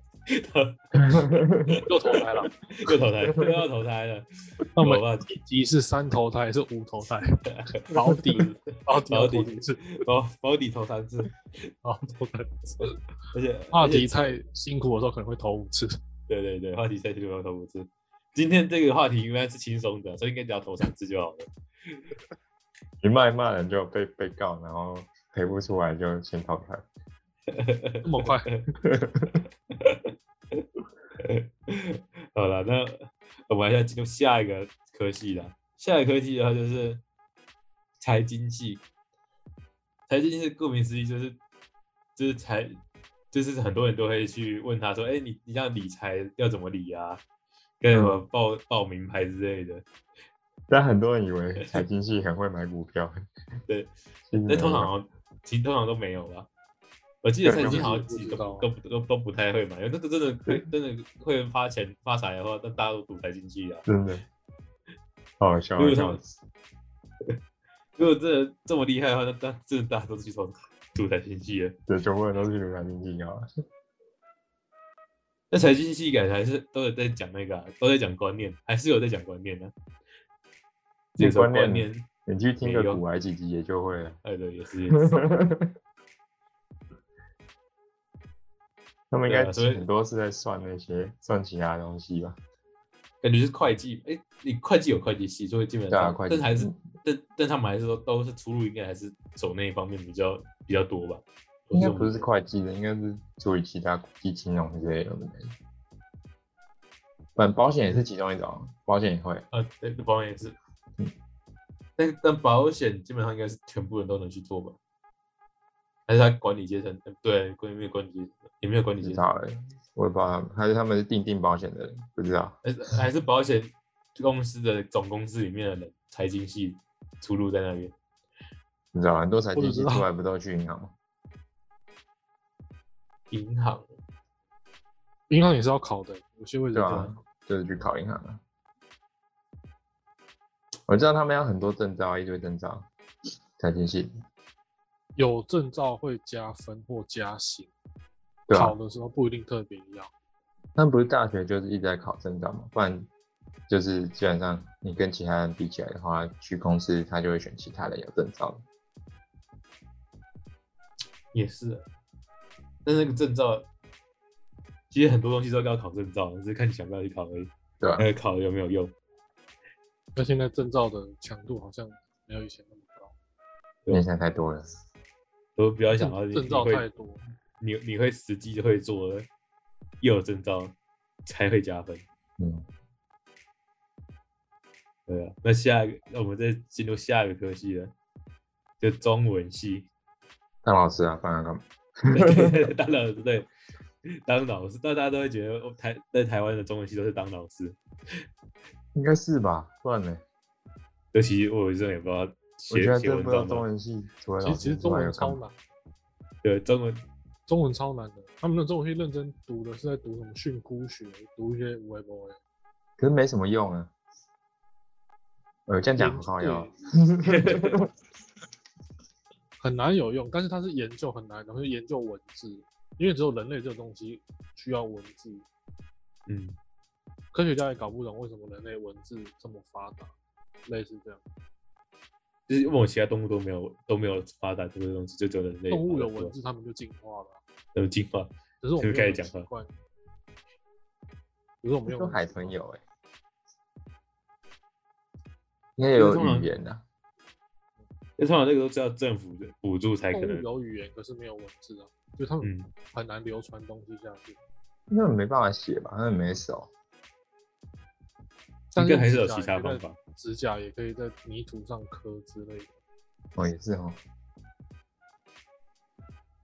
又投胎了。
又投胎，又要投胎了。
那我们
有办法
一集是三投胎还是五投 胎？保底，保底，
保
保
底
底是
保保底投三次，
保投胎。
而且
话
而且
题太辛苦的时候可能会投五次。
对对对，话题赛就不要投五次。今天这个话题应该是轻松的，所以应该只要投三次就好了。
你骂一骂人就被被告，然后赔不出来就先淘汰。
这么 快？
好了，那我们还是要进入下一个科系啦。下一个科系的话就是财经系，财经系顾名思义就是就是财，就是很多人都会去问他说，哎、你你像理财要怎么理啊？该怎么报报名牌之类的？
但很多人以为财经系很会买股票，
对，
其实没
那
有
通常好像其实通常都没有吧。我记得
对
财经
通
好
常
像
不
自己
知
都
道
不都不都都不太会买，因为那个真的会真的会发钱发财的话，那大家都赌财经系啊。
真的好好笑
因为他
笑
们
死。
如果真的这么厉害的话，那那真的大家都去投赌财经系了。
对，全部人都是读财经系啊，
那财经系感觉还是都有在讲那个啊、都在讲观念，还是有在讲观念的、
这
这
个
个
观
观
念
念，
你去听
没
个
用
古来几集也就会了。
哎对，也是也是
他们应
对
该
啊所以
很多是在算那些算其他东西吧？
感觉是会计，哎、你会计有会计系，所以基本
对啊，
上，
会计
但还是
嗯
但但他们还是都都是出入，应该还是走那一方面比较比较多吧。
应该不是会计的，应该是属于其他会计金融之类的东西。反保险也是其中一种，保险也会。
啊，对，保险也是
嗯，
但但保险基本上应该是全部人都能去做吧？还是他管理阶层？呃对，管理没有管理阶层，也没有管理
不
阶
知
层，
道哎、我也不知道他们，还是他们是定定保险的人，不知道。
还是还是保险公司的总公司里面的人，财经系出入在那边。
你知道很多财
我
经
只
系
知道
出来不都去银行吗？
银行
银行也是要考的，有些位置
对
这
啊
样。，
就是去考银行啊。我知道他们要很多证照，一堆证照，财经系，
有证照会加分或加薪，
对啊
考，的时候不一定特别要。
他们不是大学就是一直在考证照嘛，不然就是基本上你跟其他人比起来的话，去公司他就会选其他人有证照的。
也是啊，但那个证照，其实很多东西都要考证照，只是看你想不要去考而已。
对啊
那个考有没有用？
那现在证照的强度好像没有以前那么高，
面向太多了，
都不要想到
证
你
证
你
照太
会
多，
你你会实际会做的，又有证照才会加分。
嗯，
对啊，那下一个，那我们再进入下一个科系了，就中 文系。
当老师啊，当然干嘛？
当老师对，当老师，大家都会觉得哦台在台湾的中文系都是当老师，
应该是吧，不然呢？
尤其我有时候也不知道
我觉
写
得
写
真
文
不知道
章
中
嘛，
文系除了
啊其
老
实其实
师之
中
外有
文
干
超
嘛？
难，
对中文
中文超难的。他们的中文系认真读的是在读什么训诂学，读一些微博。
可是没什么用啊。呃，这样讲很好
对
用，
很难有用，但是它是研究很难，然后是研究文字，因为只有人类这个东西需要文字，
嗯。
科学家也搞不懂为什么人类文字这么发达，类似这样。
就是因为我其他动物都没有都没有发达这个东西，就只有人类
动物有
发达
文字，他们就进化了，啊
有进化。
只是我
就
们
开始
用
讲话
习惯，只是我们用
跟海豚
有。啊
有哎、应该有
可是通常
语言的、啊，
那通常那个都是要政府的补助才
动
可
物
能，
有语言，可是没有文字啊，就他们
嗯，
很难流传东西下去。
因为没办法写吧，他们没手。
但
应该还是有
指
其他
甲也可以
方法
在指甲也可以在泥土上刻之类的。
哦，也是哦。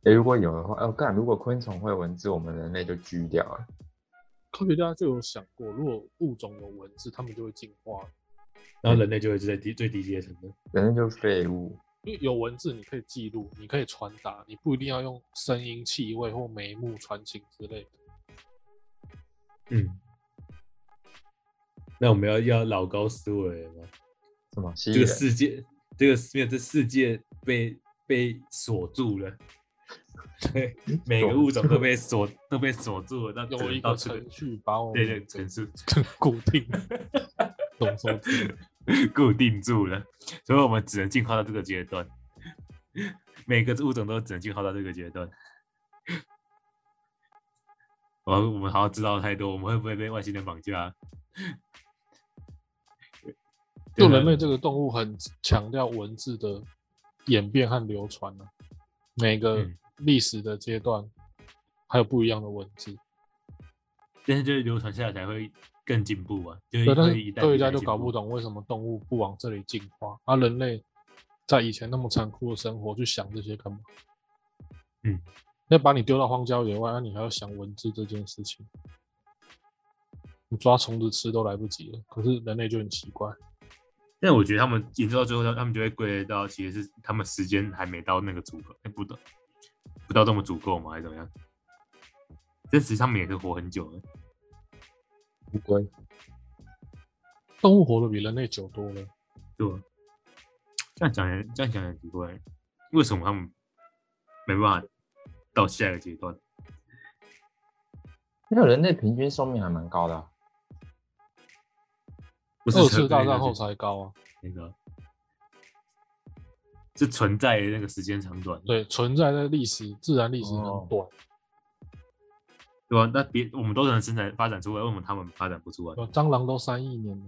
哎、如果有的话，哦，干，如果昆虫会文字，我们人类就锯掉了。
科学家就有想过，如果物种有文字，他们就会进化，
然后人类就会是在低最低阶层的。
人类就废物。
因为有文字你可以记录，你可以传达，你不一定要用声音、气味或眉目传情之类的。
嗯，那我们要要老高思维了吗？
什么蜥
这个
蜴人？
世界，这个没有，这世界被被锁住了。 对，每个物种都被锁都被锁住了，那只
有
能
一
到
个
处
程序哦把我
对对
们
城市
整个固 定，懂说
固定住了，所以我们只能进化到这个阶段。每个物种都只能进化到这个阶段。我我们好像知道太多，我们会不会被外星人绑架？
就人类这个动物很强调文字的演变和流传呢、每个
嗯
历史的阶段还有不一样的文字，
但是就是流传下来才会更进步啊，就是
对，但
会
是
一代
科
比
学
一代
家就
进
搞
步
不懂为什么动物不往这里进化，而、人类在以前那么残酷的生活去想这些干嘛？
嗯，
那把你丢到荒郊野外，那、你还要想文字这件事情，你抓虫子吃都来不及了。可是人类就很奇怪，
但我觉得他们研究到最后，他们就会归类到其实是他们时间还没到那个足够，哎、不到不到这么足够嘛，还是怎么样？但实际上他们也是活很久了，
乌龟
动物活得比人类久多了。
对吧？这样讲也这样讲也很奇怪，为什么他们没办法到下一个阶段？
没有人类平均寿命还蛮高的啊、
不是
二
存
次
在
大
那
战
个
后
阶
才高啊，
那个，是存在的那个时间长短，
对，存在在历史自然历史很短，
对吧？那别我们都能生产发展出来，为什么他们发展不出来？
有蟑螂都三亿年了，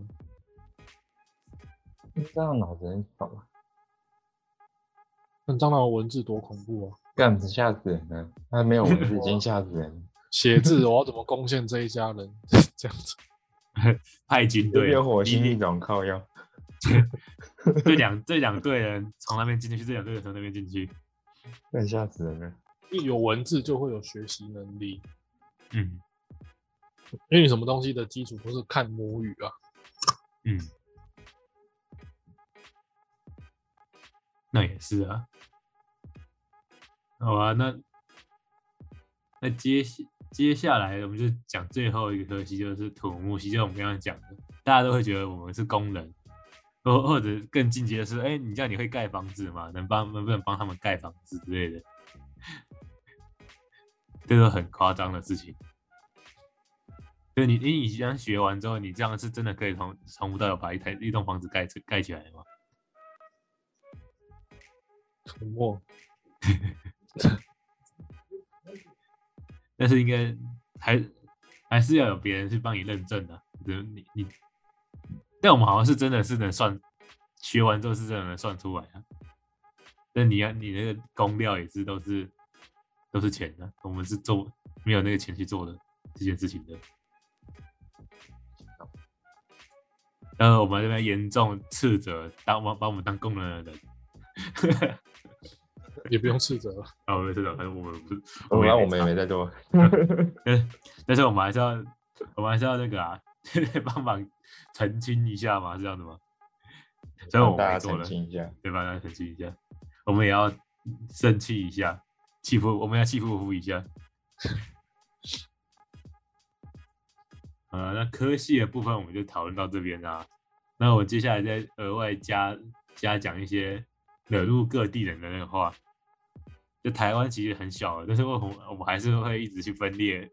这样脑子很爽啊，
那蟑螂的文字多恐怖啊！
干子吓死人了。它没有文字已经吓死人 了，
写字我要怎么攻陷这一家人？ 这样子，
派军
这
队啊
边火
你
星
你
一种靠药。
这两这两队人从那边进去，这两队人从那边进去。
更吓死人了。
一有文字就会有学习能力，
嗯
因为你什么东西的基础都是看母语啊。
嗯，那也是啊。好啊，那那接下接下来我们就讲最后一个科系，就是土木系，就是我们刚刚讲的，大家都会觉得我们是工人，或或者更进阶的是，哎、你这样你会盖房子吗？能帮能不能帮他们盖房子之类的，这个很夸张的事情。就你，你这样学完之后，你这样是真的可以从从无到有把一台一栋房子盖起盖起来吗？
土默，
但是应该还还是要有别人去帮你认证的、比如你你，但我们好像是真的是能算，学完之后是真的能算出来啊。但你要你那个工料也是都是都是钱的、我们是做没有那个钱去做的这件事情的。呃，我们这边严重斥责当把把我们当工人的人。
也不用斥责了。
啊，我们是的，反正我们不是，
我们
也
我们也
差
没在做，
但 但是我们还是要，我们还是要那个啊， 帮忙澄清一下嘛，是这样的吗？虽然
让
我们
大家
没做
澄
了，
清一下。
对吧？大家澄清一下，我们也要生气一下，气呼，我们要气呼呼一下。呃，那科系的部分我们就讨论到这边啦。那我接下来再额外加加讲一些惹怒各地人的那个话。就台湾其实很小了，但是为什么我们还是会一直去分裂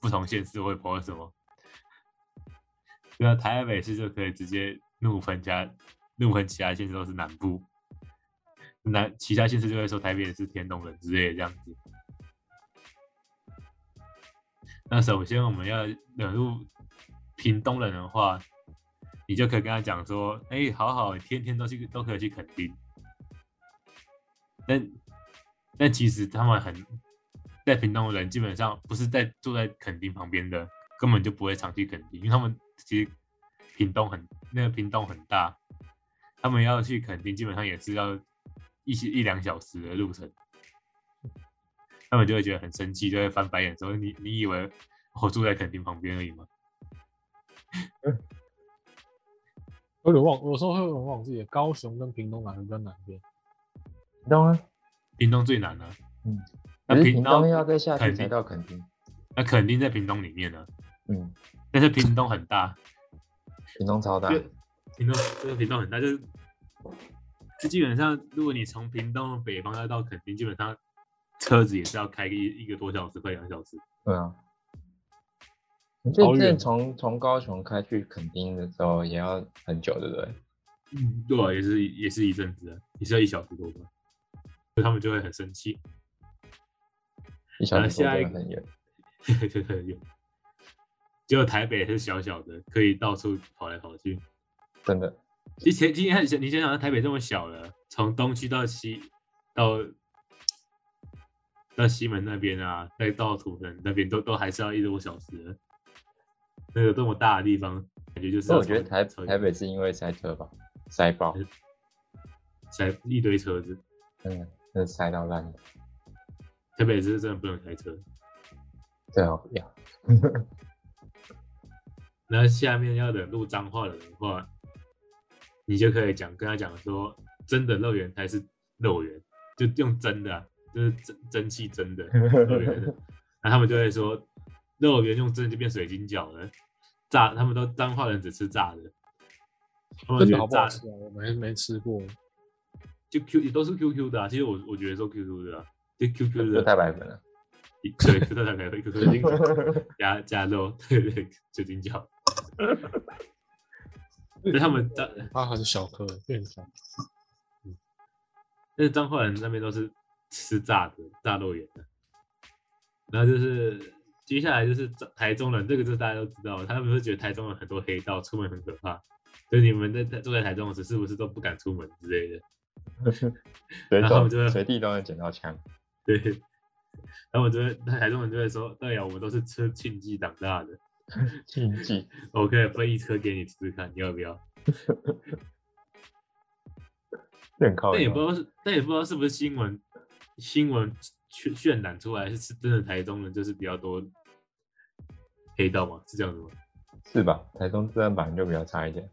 不同县市会跑什么？对啊，台北市就可以直接怒喷其他怒喷其他县市都是南部，南其他县市就会说台北是天龙人之类的这样子。那首先我们要惹入屏东人的话，你就可以跟他讲说，哎、好好，天天都去都可以去垦丁，但但其实他们很在屏东的人基本上不是在住在垦丁旁边的，根本就不会常去垦丁，因为他们其实屏东很那个屏东很大，他们要去垦丁基本上也是要一些一两小时的路程，他们就会觉得很生气，就会翻白眼说你你以为我住在垦丁旁边而已吗？
有点忘，有时候会有点忘记，高雄跟屏东哪个比较南边？
屏东啊，
屏东最难了、啊，
嗯，
那
可是
屏
屏东
东
要在夏
肯
天才
定
到垦丁，
那垦丁在屏东里面呢、
嗯，
但是屏东很大，
屏东超大，
就屏东这个屏东很大，就是就基本上，如果你从屏东北方要到垦丁，基本上车子也是要开个一一个多小时，快两个小时。
对啊。你这
好
这
远
从从高雄开去垦丁的时候也要很久，对不对？
嗯，对啊，也是也是一阵子啊，也是要一小时多吧，所以他们就会很生气。
一小
啊
时多
下一
真的
个
很远。
对对对，有。只有台北是小小的，可以到处跑来跑去。
真的，
以前今天你先想到台北这么小了，从东区到西到到西门那边啊，再到土城那边都都还是要一个多小时了。那个这么大的地方，感觉就是
所以
要
我觉得
从
台
从
台北是因为塞车吧，塞爆，
塞一堆车子，
真的，真的塞到烂的，
台北是真的不能开车。
最好不要。
那下面要忍住脏话的人的话，你就可以讲跟他讲说，真的肉圆才是肉圆，就用真的啊、就是蒸蒸汽蒸的肉圆。那他们就会说，肉圆用蒸就变水晶饺了，炸他们都脏话人只吃炸的，他们
真
觉
的好
得
不好
炸
吃啊？我没没吃过，
就 Q 也都是 QQ 的啊。其实我我觉得说 QQ 的、啊，就 QQ
就太
的，
白粉了，
对，Q 蛋白 QQ 水晶 饺 加加肉，对对水晶饺。对他们脏。
它很小颗，变小。
但是彰化人那边都是吃炸的炸肉圆的。然后就是接下来就是彰台中人，这个就是大家都知道，他们会觉得台中人很多黑道，出门很可怕。所以你们在在住在台中时，是不是都不敢出门之类的？
随
然后他们就
手
会
随地都能捡到枪。
对，然后我就会台中人就会说：“对啊呀、我们都是吃庆记长大的，
禁
嗯
忌，
我可以分一车给你吃吃看，你要不要？”
这很靠
但也
谱
不知道是，但也不知道是不是新闻新闻渲渲染出来是是真的台中人就是比较多黑道嘛，是这样子吗？
是吧？台中治安版就比较差一点，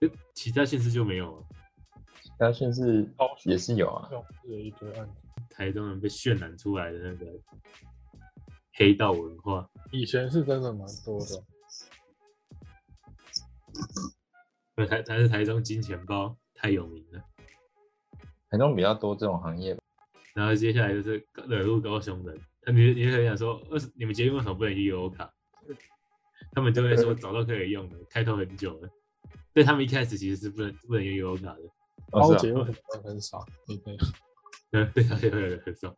就其他县市就没有了，
其他县市
高雄
也是有啊。
用是一堆案子，
台中人被渲染出来的那个黑道文化，
以前是真的蛮多的。
那台但是台中金钱包太有名了。
台中比较多这种行业吧，
然后接下来就是惹怒高雄人，那你你就可以讲说，为什你们捷运为什么不能 U 卡？他们就会说早都可以用了，开头很久了。但他们一开始其实是不能不能用 U 卡的，
高
哦是
姐
啊
又很很少，你 可以
嗯对对对啊对很少。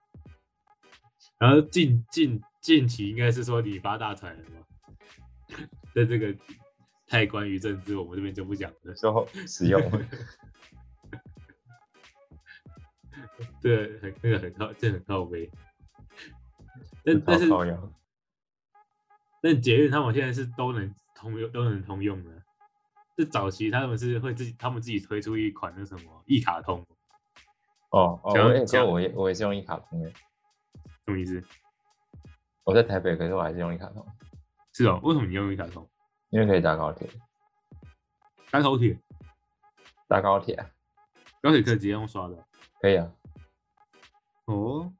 然后近近近期应该是说你发大财了嘛，但这个太关于政治，我们这边就不讲了。
之后使用
对，很那个很靠，这很靠背。 但但
超
是
靠腰，
但捷运他们现在是都能通用，都能通用的。是早期他们是会自己，他们自己推出一款那什么一卡通，
哦哦，
讲
我也哥
讲
我也我也是用一卡通的，
什么意思？
我在台北，可是我还是用一卡通，
是哦，为什么你用一卡通？
因为可以搭高铁，
搭高铁，
搭高铁啊，
高铁可以直接用刷的
可以啊。
哦，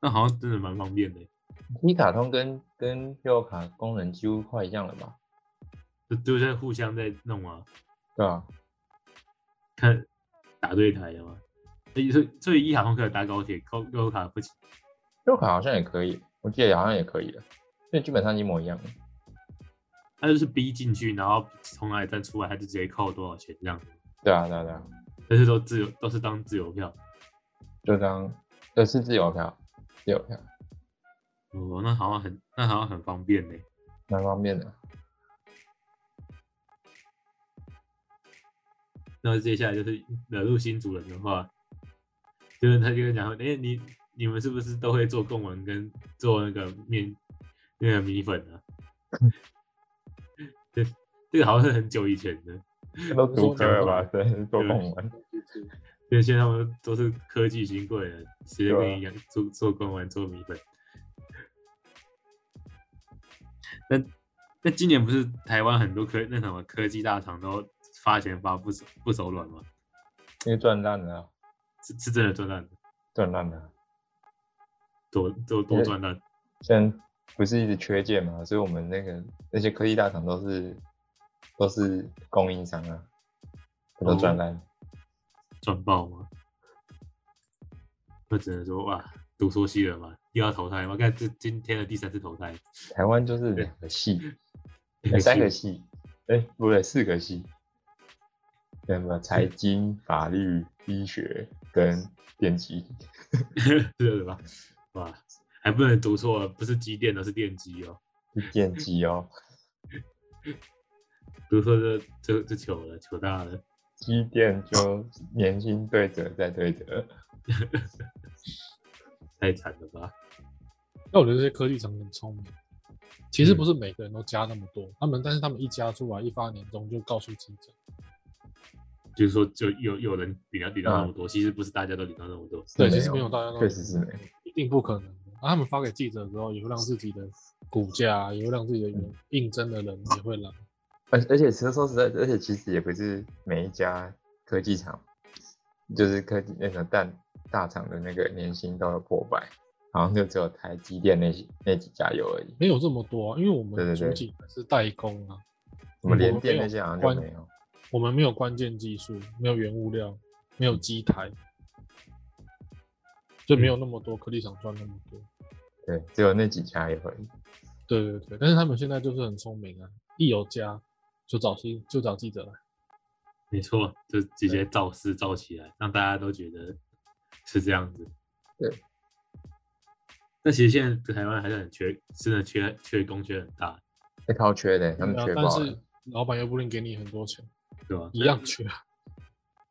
那好像真的蛮方便的。
一卡通跟跟悠游卡功能几乎快一样了吧？
就就在互相在弄啊，
对啊，
看打对台的嘛。所以所以所以一卡通可以搭高铁，高高卡不行。
悠游卡好像也可以，我记得好像也可以了，因为基本上一模一样。
他就是逼进去，然后从哪里站出来，他就直接扣多少钱这样子。
对啊，对啊，对啊，
但是都自由，都是当自由票。
就当这是自由票，自由票
哦，那好像很，那好像很方便呢。
蛮方便的。
那接下来就是惹怒新主人的话，就是他就会讲说，哎、你你们是不是都会做贡丸跟做那个面那个米粉啊？ 这这个好像是很久以前的，
都
读科了吧？
对，做
贡
文。
因为现在他们都是科技新贵了，直接跟你讲做做贡丸做米粉。那那今年不是台湾很多科那什么科技大厂都发钱发不手不手软吗？
因为赚烂了啊，
是是真的赚烂的，
赚烂了啊。
多多多赚烂。
现在不是一直缺件嘛，所以我们那个那些科技大厂都是都是供应商啊，都赚烂。
赚爆吗？那只能说哇，读说系了嘛，又要淘汰嘛，看这今天的第三次淘汰，
台湾就是两个系，哎三 个系，哎、不对，四个系，那么财经、法律、医学跟电机，
是的吧？哇，还不能读错，不是机电的，是电机哦，
电机哦，
读错这这这糗了，糗大了。
机电就年薪对折再对折，
太惨了吧？
那我觉得这些科技厂很聪明，其实
嗯
不是每个人都加那么多，他们但是他们一加出来，一发年终就告诉记者，
就是说，就有有人领到领到那
嗯
么多，其实不是大家都领到那么多。
对，
没
其实没
有
有大家都
确实是没有
一定不可能的。啊那、他们发给记者之后，也会让自己的股价，也会让自己的
嗯
员应征的人也会来。
而而且其实说实在，而且其实也不是每一家科技厂，就是科技那个大大厂的那个年薪都有破百，好像就只有台积电那些那几家有而已，
没有这么多、啊，因为我
对
们
对
主
对
体还是代工啊，
什么
嗯
联
我
电
没有
那些好像就没有。
我们没有关键技术，没有原物料，
嗯
没有机台，就没有那么多科技厂赚那么多。
对，只有那几家有而已。
对对对，但是他们现在就是很聪明啊，一有加就找记就找记者来。
没错，就直接造势造起来，让大家都觉得是这样子。
对。
但其实现在台湾还是很缺，真的缺缺工缺很大，
那超缺的，他们
对啊
缺
但
爆
是
了。
老板又不能给你很多钱，
对吧？
一样缺啊。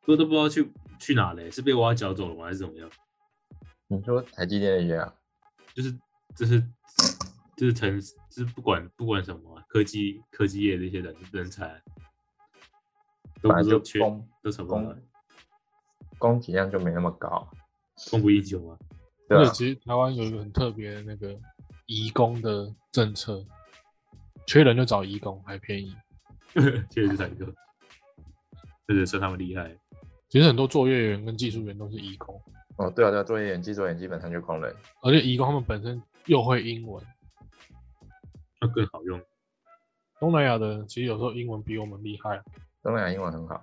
都都不知道去去哪嘞，是被挖角走了吗，还是怎么样？
你说台积电那些啊？
就是就是就是城，就是不管不管什么啊、科技科技业这些人人才，都
本
不
来
是
就
都缺
供
都什么
供供给量就没那么高，
供不应求 啊。
对
而
吧、
且其实台湾有一个很特别的那个移工的政策，缺人就找移工，还便宜。
确实是坦克，这是算他们厉害。
其实很多作业员跟技术员都是移工，
哦，对啊，对啊，做演技做演基本上就空了。
而且移工他们本身又会英文。
那更好用。
东南亚的人其实有时候英文比我们厉害，
东南亚英文很好，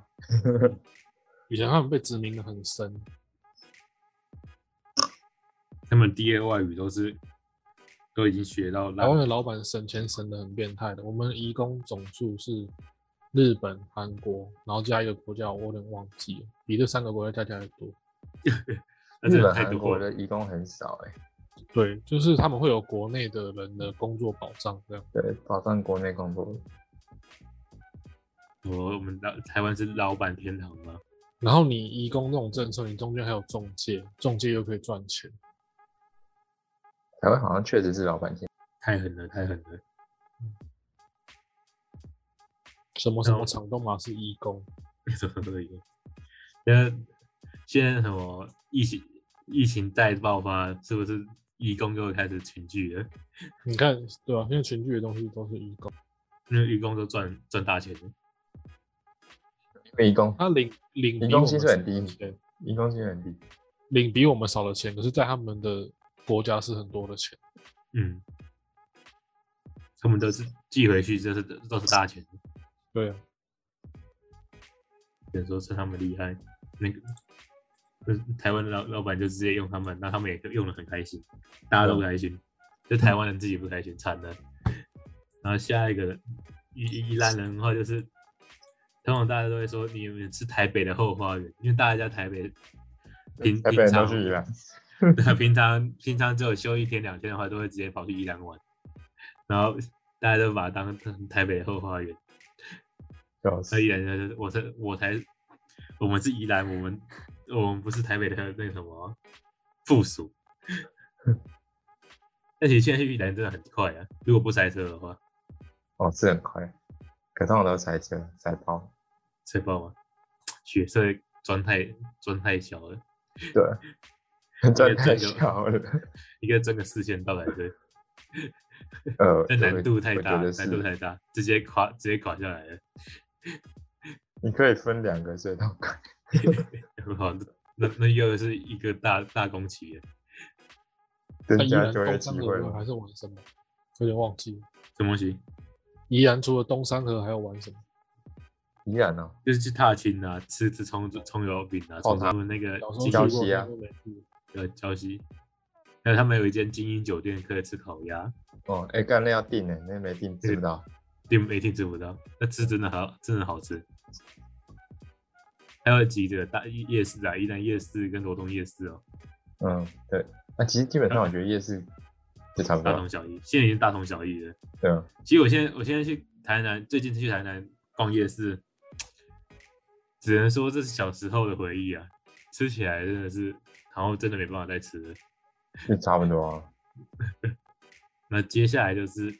以前他们被殖民的很深，
他们第二外语都是都已经学到
台
烂
湾
了，
的老板省钱省的很变态的。我们移工总数是日本、韩国，然后加一个国家我有点忘记了，比这三个国家加起来多。
那真
日
的
本、
太
韩
多
国
了。
的义工很少哎、
对，就是他们会有国内的人的工作保障这样。
对，保障国内工作。
我我们老台湾是老板天堂吗？
然后你移工这种政策，你中间还有中介，中介又可以赚钱。
台湾好像确实是老板先，
太狠了，太狠了。
什么
嗯
什
然后
么厂都嘛是义工，
什么都有。那现在什么疫情疫情再爆发，是不是义工又开始群聚了？
你看对吧、现在群聚的东西都是义工，
因为义工都赚赚大钱了，
因为义工
啊
他领领
移
比
工
我们
薪
少
水很
的
低
钱，
义工薪水很低，
领比我们少的钱，可是，在他们的国家是很多的钱。
嗯，他们都是寄回去，这是都是大钱，
对啊，
只能说是他们厉害。那个就是台湾的老老板就直接用他们，那他们也用的很开心，大家都不开
嗯
心，就台湾人自己不开心，惨了。然后下一个宜宜兰人的话就是，通常大家都会说你们是台北的后花园，因为大家台北平
台北
平
人
常
都去宜兰，
对，平常平常只有休一天两天的话，都会直接跑去宜兰玩，然后大家都把它当成台北的后花园。
就是
那宜兰人就是，我才我才，我们是宜兰，我们我们不是台北的那个什么附属。但其实现在去宜兰真的很快啊，如果不塞车的话，
哦是很快，可通常都塞车塞爆。
塞爆吗？血色砖太砖太小了，
对，赚
也
太
这个
小 了，
应该整个四线道才对。
呃，
但
我
难度太
我
大，
觉得
难度
是。
太大，直接垮直接垮下来了。
你可以分两个隧道开，
好，那那又是一个大大工期了，
增
那依
加
然
就业
工
机
商的
会
人
嘛
还。是玩什么？有点忘记了。
什么东西？
宜兰除了东山河还有玩什么？
依然哦，
就是去踏青啊，吃吃葱葱油饼啊，从他们那个
小时
精
郊
候
英
去
区西
过，
啊
但是没去
呃礁溪，还有他们有一间精英酒店可以吃烤鸭，
哦，哎、干那要订呢，那没订吃不到。
店每天吃不到，那吃真的好，真的好吃。还有几个大夜夜市啊，宜兰夜市跟罗东夜市哦，
嗯，对。那、其实基本上
嗯
我觉得夜市就差不
大
多
同，小异，现在已经大同小异了。
对啊，
其实我现在我现在去台南，最近去台南逛夜市，只能说这是小时候的回忆啊，吃起来真的是，然后真的没办法再吃了。
就差不多啊。
那接下来就是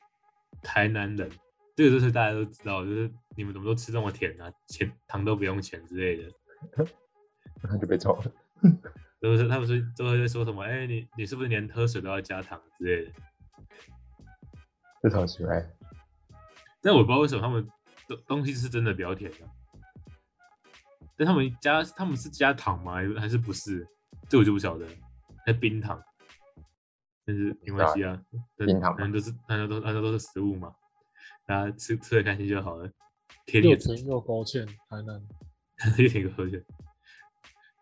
台南人，这个就是大家都知道，就是你们怎么都吃这么甜啊，钱糖都不用钱之类的，
然后就被抽了。
都是他们说都会说什么，哎、你你是不是连喝水都要加糖之类的？
这超奇怪。
但我不知道为什么他们东东西是真的比较甜的，但他们加他们是加糖吗？还是还是不是？这我就不晓得。还冰糖，但是没关系啊，反
冰糖嘛
反正都是反正都反正都是食物嘛，大家吃吃的开心就好了。甜
又
点
甜又勾芡，台南
又甜又喝酒，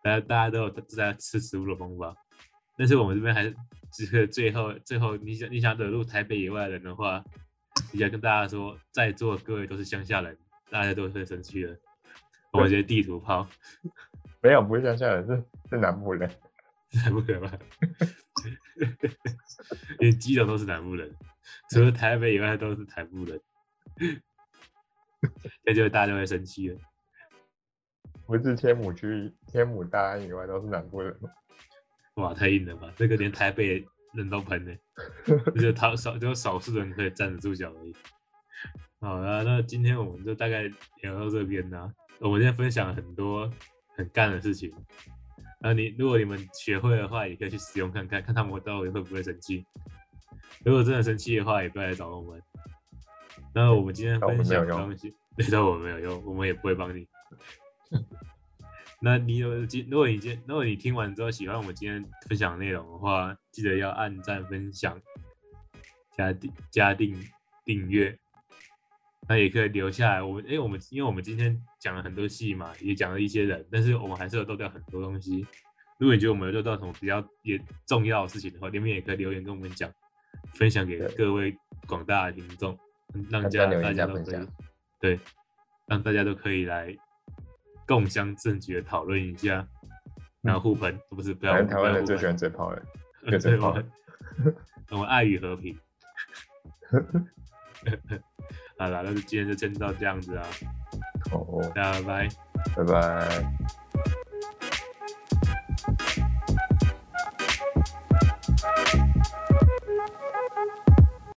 大家大家都有大家吃食物的方法，但是我们这边还是只是最后最后你想你想惹怒台北以外的人的话，你想跟大家说，在座各位都是乡下人，大家都会生气了。我们这些地图炮，
没有，不是乡下人，是是南部人。
南部人吧， 连基隆都是南部人，除了台北以外都是台部人， 那就大家就会生气了。
不是天母区、天母大安以外都是南部人。
哇，太硬了吧！这个连台北人都喷呢、就是他少，只有少数人可以站得住脚而已。好啦，那今天我们就大概聊到这边啦、我们今天分享了很多很干的事情，那你如果你们学会的话，也可以去使用看看，看他们到底会不会生气。如果真的生气的话，也不要来找我们。那我们今天
但我
分
们没有
享的
用
东西，对，但我们没有用，我们也不会 帮你。那你有今，如果你今，如果你听完之后喜欢我们今天分享的内容的话，记得要按赞、分享、加订、加订、订阅。那也可以留下来。我们，因为我们因为我们今天讲了很多戏嘛，也讲了一些人，但是我们还是有漏掉很多东西。如果你觉得我们有漏掉什么比较也重要的事情的话，你们也可以留言跟我们讲，分享给
对
各位广大的听众，让
大
家
家留言
大家
加
都
分
可以
享，
对，让大家都可以来共襄盛举地讨论一下，然后互喷，不是不要
嗯反正台湾
不要
人
互
最
喷
喜欢嘴炮了。
对，
对
对
对
我
好
们 我们爱与和平。 好了，那就今天就先到这样子啊，
哦，
大家拜拜。
拜拜。